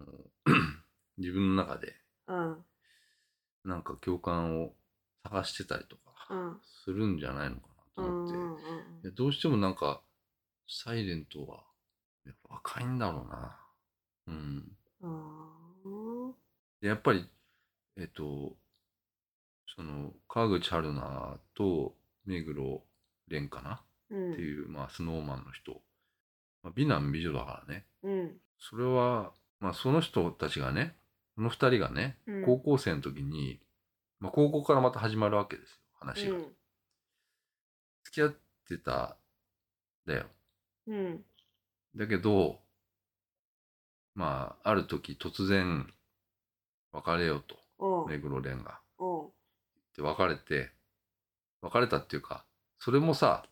[SPEAKER 3] あの 自分の中で
[SPEAKER 2] うん
[SPEAKER 3] なんか共感を探してたりと
[SPEAKER 2] う
[SPEAKER 3] か
[SPEAKER 2] ん
[SPEAKER 3] するんじゃないのかなと思って、
[SPEAKER 2] うんうん
[SPEAKER 3] いやどうしてもなんかサイレントはやっぱ若いんだろうな。うん
[SPEAKER 2] うんうん
[SPEAKER 3] でやっぱり、えっと、その、川口春奈と目黒蓮かな
[SPEAKER 2] うん
[SPEAKER 3] っていう、まあ、スノーマンの人。まあ、美男美女だからね。
[SPEAKER 2] うん
[SPEAKER 3] それは、まあ、その人たちがね、この二人がね、
[SPEAKER 2] うん
[SPEAKER 3] 高校生の時に、まあ、高校からまた始まるわけですよ、話が。
[SPEAKER 2] う
[SPEAKER 3] 付き合ってた、だよ。
[SPEAKER 2] んうん
[SPEAKER 3] だけど、まあ、ある時突然、別れようと、
[SPEAKER 2] おう
[SPEAKER 3] 目黒蓮が。
[SPEAKER 2] おう
[SPEAKER 3] で別れて、別れたっていうか、それもさ、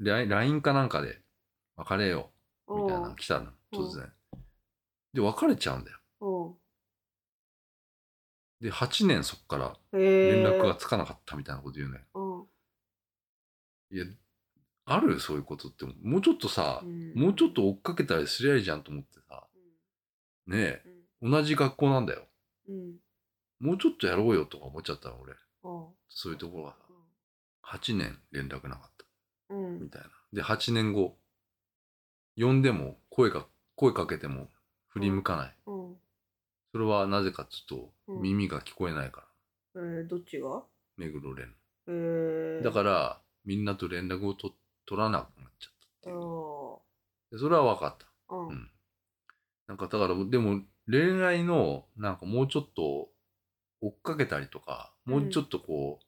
[SPEAKER 3] ライ LINE かなんかで、別れよう、
[SPEAKER 2] おう
[SPEAKER 3] みたいなの来たの、突然。で、別れちゃうんだよ。
[SPEAKER 2] おう
[SPEAKER 3] で、8年そっから
[SPEAKER 2] へ
[SPEAKER 3] 連
[SPEAKER 2] ー
[SPEAKER 3] 絡がつかなかったみたいなこと言うね。
[SPEAKER 2] おう
[SPEAKER 3] いや、あるそういうことって。もうちょっとさ、
[SPEAKER 2] ん
[SPEAKER 3] もうちょっと追っかけたりすりゃいいじゃんと思ってさ、
[SPEAKER 2] う
[SPEAKER 3] ね
[SPEAKER 2] ん
[SPEAKER 3] え、同じ学校なんだよ。
[SPEAKER 2] うん
[SPEAKER 3] もうちょっとやろうよとか思っちゃったの、俺。
[SPEAKER 2] おう
[SPEAKER 3] そういうところがさ、8年連絡なかった。
[SPEAKER 2] うん
[SPEAKER 3] みたいな。で、8年後、呼んでも、声が、声かけても振り向かない。
[SPEAKER 2] うん
[SPEAKER 3] それはなぜかちょっ
[SPEAKER 2] う
[SPEAKER 3] と
[SPEAKER 2] ん
[SPEAKER 3] 耳が聞こえないから、
[SPEAKER 2] えーどっちが
[SPEAKER 3] 目黒蓮。
[SPEAKER 2] えー
[SPEAKER 3] だから、みんなと連絡をと取らなくなっちゃったっていう
[SPEAKER 2] お
[SPEAKER 3] で。それは分かった。
[SPEAKER 2] ううん
[SPEAKER 3] うん。なんか、だから、でも、恋愛の、なんかもうちょっと追っかけたりとか、もうちょっとこう、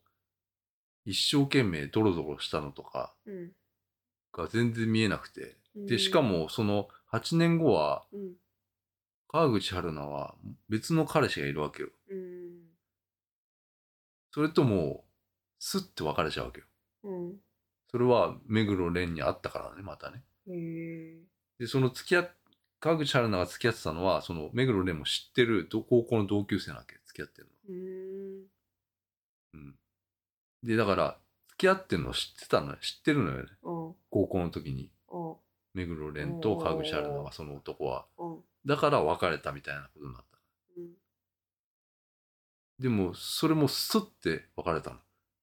[SPEAKER 3] 一生懸命ドロドロしたのとか
[SPEAKER 2] うん
[SPEAKER 3] が全然見えなくて、
[SPEAKER 2] うん
[SPEAKER 3] で、しかも、その、 8年後は、
[SPEAKER 2] うん。
[SPEAKER 3] 川口春奈は別の彼氏がいるわけよ。
[SPEAKER 2] うん。
[SPEAKER 3] それとも、スッて別れちゃうわけよ。
[SPEAKER 2] うん。
[SPEAKER 3] それは、目黒蓮に会ったからね、またね。
[SPEAKER 2] へえ。
[SPEAKER 3] で、その付き合っ、川口春奈が付き合ってたのは、その目黒蓮も知ってるど高校の同級生なわけ、付き合ってる
[SPEAKER 2] う
[SPEAKER 3] の。
[SPEAKER 2] ん。
[SPEAKER 3] うん。で、だから、付き合ってるの知ってたのよ。知ってるのよね。
[SPEAKER 2] おう
[SPEAKER 3] 高校の時に、
[SPEAKER 2] おう
[SPEAKER 3] 目黒蓮と川口春奈がその男は。
[SPEAKER 2] おう
[SPEAKER 3] だから別れたみたいなことになった。
[SPEAKER 2] うん。
[SPEAKER 3] でも、それもスッて別れたの。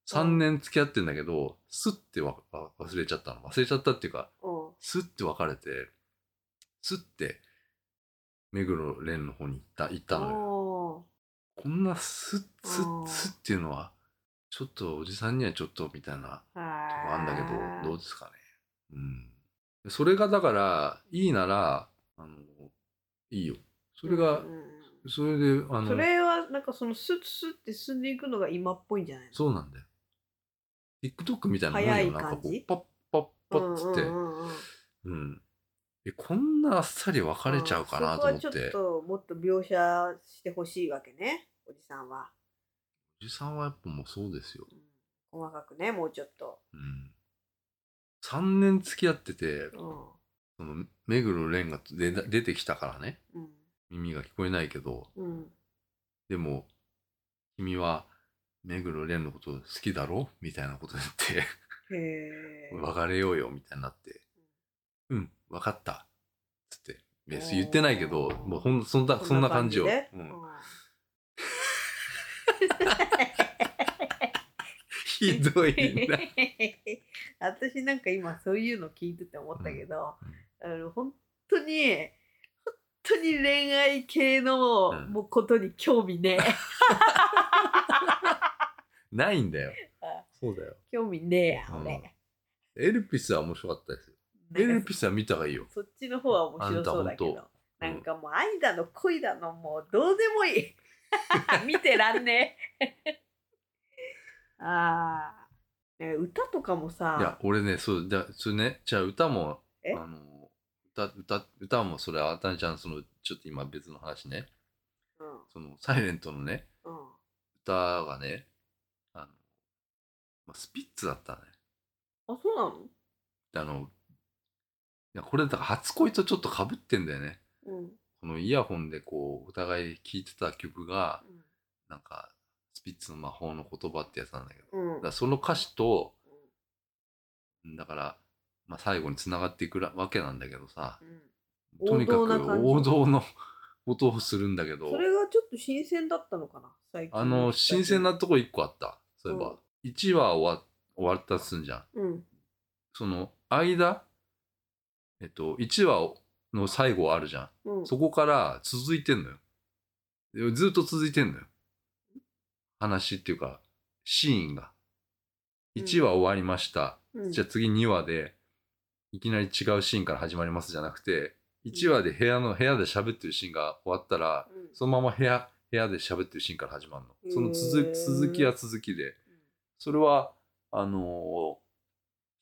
[SPEAKER 3] 3年付き合ってんだけど、スッてわわ忘れちゃったの。忘れちゃったっていうか、
[SPEAKER 2] おう
[SPEAKER 3] スッて別れて、スッて、目黒蓮の方に行った、行ったのよ。
[SPEAKER 2] おう
[SPEAKER 3] こんなスッ、ス
[SPEAKER 2] う
[SPEAKER 3] ッ、
[SPEAKER 2] ん
[SPEAKER 3] スッっていうのは、ちょっとおじさんにはちょっとみたいなとこあ
[SPEAKER 2] あ
[SPEAKER 3] ん
[SPEAKER 2] ん
[SPEAKER 3] だけど、どうですかね。うん。それがだから、いいなら、あの、いいよ。それが、それで、あの、
[SPEAKER 2] それはなんかそのスッスッって進んでいくのが今っぽいんじゃないの
[SPEAKER 3] そうなんだよ。TikTok みたいなもんよ。
[SPEAKER 2] 早い
[SPEAKER 3] なんかこ
[SPEAKER 2] 感
[SPEAKER 3] う
[SPEAKER 2] じ、
[SPEAKER 3] パッパッパッつって。
[SPEAKER 2] うんうんうんうん
[SPEAKER 3] うん。え、こんなあっさり別れちゃうかなと思って。
[SPEAKER 2] そこはちょっ
[SPEAKER 3] お
[SPEAKER 2] ともっと描写してほしいわけねおじさんは、
[SPEAKER 3] じさんはやっぱもうそうですよ
[SPEAKER 2] う。ん細かくねもうちょっと、
[SPEAKER 3] うん。3年付き合ってて、
[SPEAKER 2] う
[SPEAKER 3] その目黒蓮が出出てきたからね、
[SPEAKER 2] んうん
[SPEAKER 3] 耳が聞こえないけど、
[SPEAKER 2] うん、
[SPEAKER 3] でも、君は目黒蓮のこと好きだろみたいなこと言って。
[SPEAKER 2] へえ
[SPEAKER 3] 別れようよみたいになって、うん、分かった。つって、別に言ってないけど、
[SPEAKER 2] おー
[SPEAKER 3] もうほんそんな、そんな感じよ。
[SPEAKER 2] ね
[SPEAKER 3] う、
[SPEAKER 2] うんん
[SPEAKER 3] ひどい な。
[SPEAKER 2] 私なんか今そういうの聞いてて思ったけど、あの本当に本当に恋愛系の
[SPEAKER 3] うん
[SPEAKER 2] もうことに興味 ねえ
[SPEAKER 3] ないんだよ
[SPEAKER 2] あ。
[SPEAKER 3] そうだよ。
[SPEAKER 2] 興味ねえや俺、
[SPEAKER 3] エルピスは面白かったですよ。エ
[SPEAKER 2] なん
[SPEAKER 3] ル
[SPEAKER 2] か
[SPEAKER 3] ピスは見た方がいいよ。
[SPEAKER 2] そっちの方は面白そうだけ
[SPEAKER 3] あんた
[SPEAKER 2] ど
[SPEAKER 3] 当
[SPEAKER 2] なんかもう愛だの恋だのもうどうでもい い見てらんねえ あーね歌とかも
[SPEAKER 3] いや
[SPEAKER 2] さ、
[SPEAKER 3] 俺ね、そう、じゃそれね、じゃあ歌も、
[SPEAKER 2] え
[SPEAKER 3] あの、歌、歌、歌もそれ、あたねちゃん、その、ちょっと今別の話ね、
[SPEAKER 2] うん
[SPEAKER 3] その、サイレントのね、
[SPEAKER 2] うん、
[SPEAKER 3] 歌がね、あの、まあ、スピッツだったね。
[SPEAKER 2] あそうなの
[SPEAKER 3] あの、いやこれだから初恋とちょっと被ってんだよね。
[SPEAKER 2] うん
[SPEAKER 3] このイヤホンでこう、お互い聴いてた曲が、なんか、スピッツの魔法の言葉ってやつなんだけど。だ
[SPEAKER 2] うんうん
[SPEAKER 3] からその歌詞と、だから、まあ最後に繋がっていくらわけなんだけどさ、
[SPEAKER 2] うん
[SPEAKER 3] とにかく
[SPEAKER 2] 王道な感じ
[SPEAKER 3] 王道の 音をするんだけど
[SPEAKER 2] そ、れがちょっと新鮮だったのかな最近
[SPEAKER 3] あの、新鮮なとこ一個あった。そういえ
[SPEAKER 2] う
[SPEAKER 3] ば
[SPEAKER 2] ん。
[SPEAKER 3] 1話終わ終わったとすんじゃん。
[SPEAKER 2] うん
[SPEAKER 3] その間、えっと、1話の最後あるじゃん。
[SPEAKER 2] うん
[SPEAKER 3] そこから続いてんのよ。ずっと続いてんのよ。話っていうか、シーンが。
[SPEAKER 2] うん
[SPEAKER 3] 1話終わりました。
[SPEAKER 2] うん
[SPEAKER 3] じゃあ次2話で、いきなり違うシーンから始まりますじゃなくて、1話で部屋の、部屋で喋ってるシーンが終わったら、
[SPEAKER 2] うん
[SPEAKER 3] そのまま部屋、部屋で喋ってるシーンから始まるの。その続
[SPEAKER 2] へー
[SPEAKER 3] き、続きは続きで。それは、あのー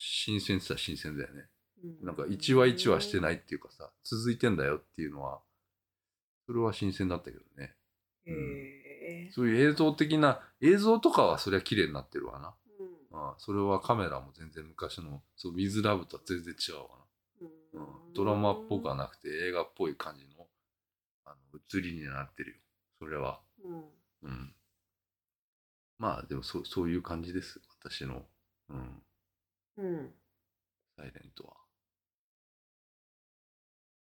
[SPEAKER 3] 新鮮さ新鮮だよね。
[SPEAKER 2] うん
[SPEAKER 3] なんか一話一話してないっていうかさ、続いてんだよっていうのは、それは新鮮だったけどね。
[SPEAKER 2] へえ
[SPEAKER 3] そういう映像的な、映像とかはそりゃ綺麗になってるわな。
[SPEAKER 2] うん
[SPEAKER 3] うん、それはカメラも全然昔の、そう、ウィズラブとは全然違うわな。うん、ドラマっぽくはなくて映画っぽい感じの、あの、映りになってるよ。それは。
[SPEAKER 2] うん
[SPEAKER 3] うん。まあ、でもそ、そういう感じです。私の、うん、
[SPEAKER 2] うん
[SPEAKER 3] サイレントは。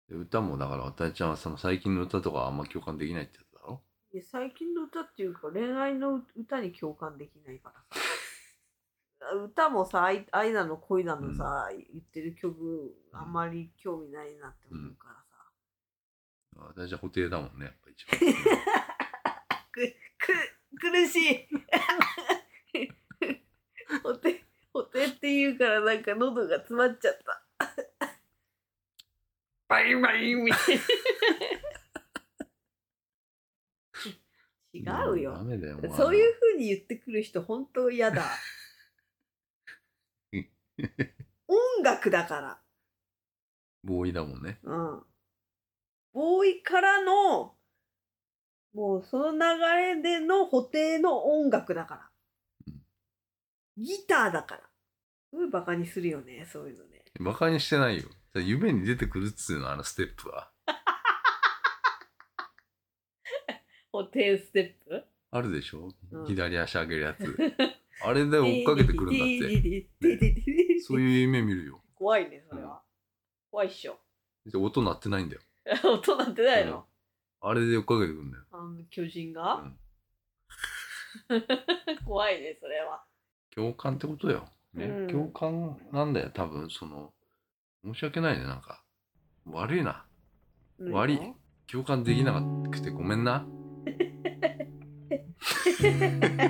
[SPEAKER 3] で歌もだから、わたえちゃんはその最近の歌とかあんま共感できないってやつだろ
[SPEAKER 2] いや最近の歌っていうか恋愛の歌に共感できないからさ 歌もさ愛愛だの恋だのさ、言ってる曲あんまり興味ないなって思うからさ、
[SPEAKER 3] わたえちゃん固定だもんね、やっぱ一番。
[SPEAKER 2] く苦しい ほてほてって言うからなんか喉が詰まっちゃったバイバイみたいな 違う
[SPEAKER 3] ダ
[SPEAKER 2] よ
[SPEAKER 3] メだよ、も
[SPEAKER 2] そういうふうに言ってくる人本当嫌 だ音楽だから
[SPEAKER 3] ボーイだもんね。
[SPEAKER 2] うん。ボーイからの、もうその流れでの補定の音楽だから
[SPEAKER 3] う。
[SPEAKER 2] ギターだから。すごいバカにするよね、そういうのね。
[SPEAKER 3] バカにしてないよ。夢に出てくるっつうの、あのステップは。
[SPEAKER 2] 補定ステップ
[SPEAKER 3] あるでしょ、
[SPEAKER 2] うん
[SPEAKER 3] 左足上げるやつ。 あれで追っかけてくるんだって。
[SPEAKER 2] て
[SPEAKER 3] そういう夢見るよ。
[SPEAKER 2] 怖いね、それは。怖いっしょ。
[SPEAKER 3] で音鳴ってないんだよ。
[SPEAKER 2] 音なんてないの、
[SPEAKER 3] あれで追っかけてくるんだよ。
[SPEAKER 2] あの巨人
[SPEAKER 3] う
[SPEAKER 2] が、
[SPEAKER 3] ん
[SPEAKER 2] 怖いね、それは。
[SPEAKER 3] 共感ってことよ。ね、
[SPEAKER 2] うん
[SPEAKER 3] 共感なんだよ、多分、その、申し訳ないね、なんか。悪いな。悪い
[SPEAKER 2] 何が
[SPEAKER 3] 共感できなくてごめんな。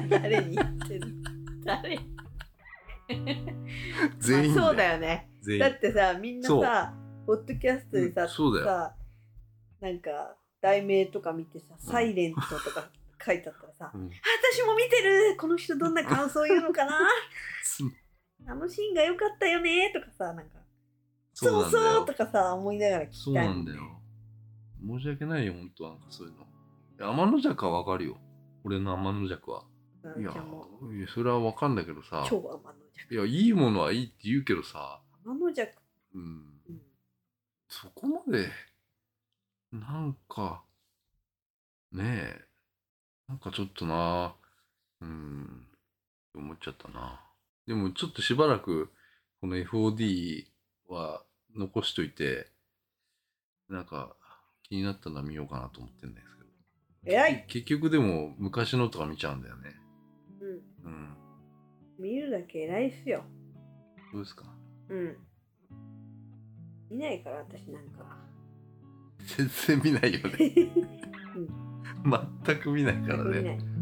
[SPEAKER 2] 誰に言ってる誰に
[SPEAKER 3] 全員
[SPEAKER 2] まあそう
[SPEAKER 3] よ。
[SPEAKER 2] だよね
[SPEAKER 3] 全員
[SPEAKER 2] だってさみんな
[SPEAKER 3] そう
[SPEAKER 2] さポッドキャストでさ,、
[SPEAKER 3] うんそうだよ
[SPEAKER 2] さなんか題名とか見てさ「
[SPEAKER 3] うん
[SPEAKER 2] サイレントとか書いてあったらさ「
[SPEAKER 3] うん
[SPEAKER 2] 私も見てるこの人どんな感想言うのかな
[SPEAKER 3] つ
[SPEAKER 2] あのシーンが良かったよね」とかさなんか「
[SPEAKER 3] そう
[SPEAKER 2] そ
[SPEAKER 3] な
[SPEAKER 2] うんそう」
[SPEAKER 3] だよ
[SPEAKER 2] と。かさ思いながら聞
[SPEAKER 3] そう
[SPEAKER 2] きたい
[SPEAKER 3] な
[SPEAKER 2] も
[SPEAKER 3] ん
[SPEAKER 2] ん
[SPEAKER 3] だ
[SPEAKER 2] ね
[SPEAKER 3] よ。申し訳ないよ、本当なんかそういうの。天の邪はわかるよ。俺の天の邪は。
[SPEAKER 2] うん
[SPEAKER 3] いや
[SPEAKER 2] じゃあもう、
[SPEAKER 3] いやそれはわかんだけどさ。
[SPEAKER 2] 超天の弱
[SPEAKER 3] いや、いいものはいいって言うけどさ。
[SPEAKER 2] 天の弱、
[SPEAKER 3] うん。
[SPEAKER 2] うん、
[SPEAKER 3] そこまで、なんか、ねえ、なんかちょっとな、うん、思っちゃったな。でもちょっとしばらく、この FOD は残しといて、なんか気になったのは見ようかなと思ってんですけど。
[SPEAKER 2] 偉い、
[SPEAKER 3] 結局でも昔のとか見ちゃうんだよね。
[SPEAKER 2] うん、
[SPEAKER 3] うん。
[SPEAKER 2] 見るだけ偉いっすよ
[SPEAKER 3] どうですか
[SPEAKER 2] うん見ないから私なんか
[SPEAKER 3] 全然見ないよね。
[SPEAKER 2] うん
[SPEAKER 3] 全く見ないか
[SPEAKER 2] 見
[SPEAKER 3] ら
[SPEAKER 2] な
[SPEAKER 3] ね。
[SPEAKER 2] い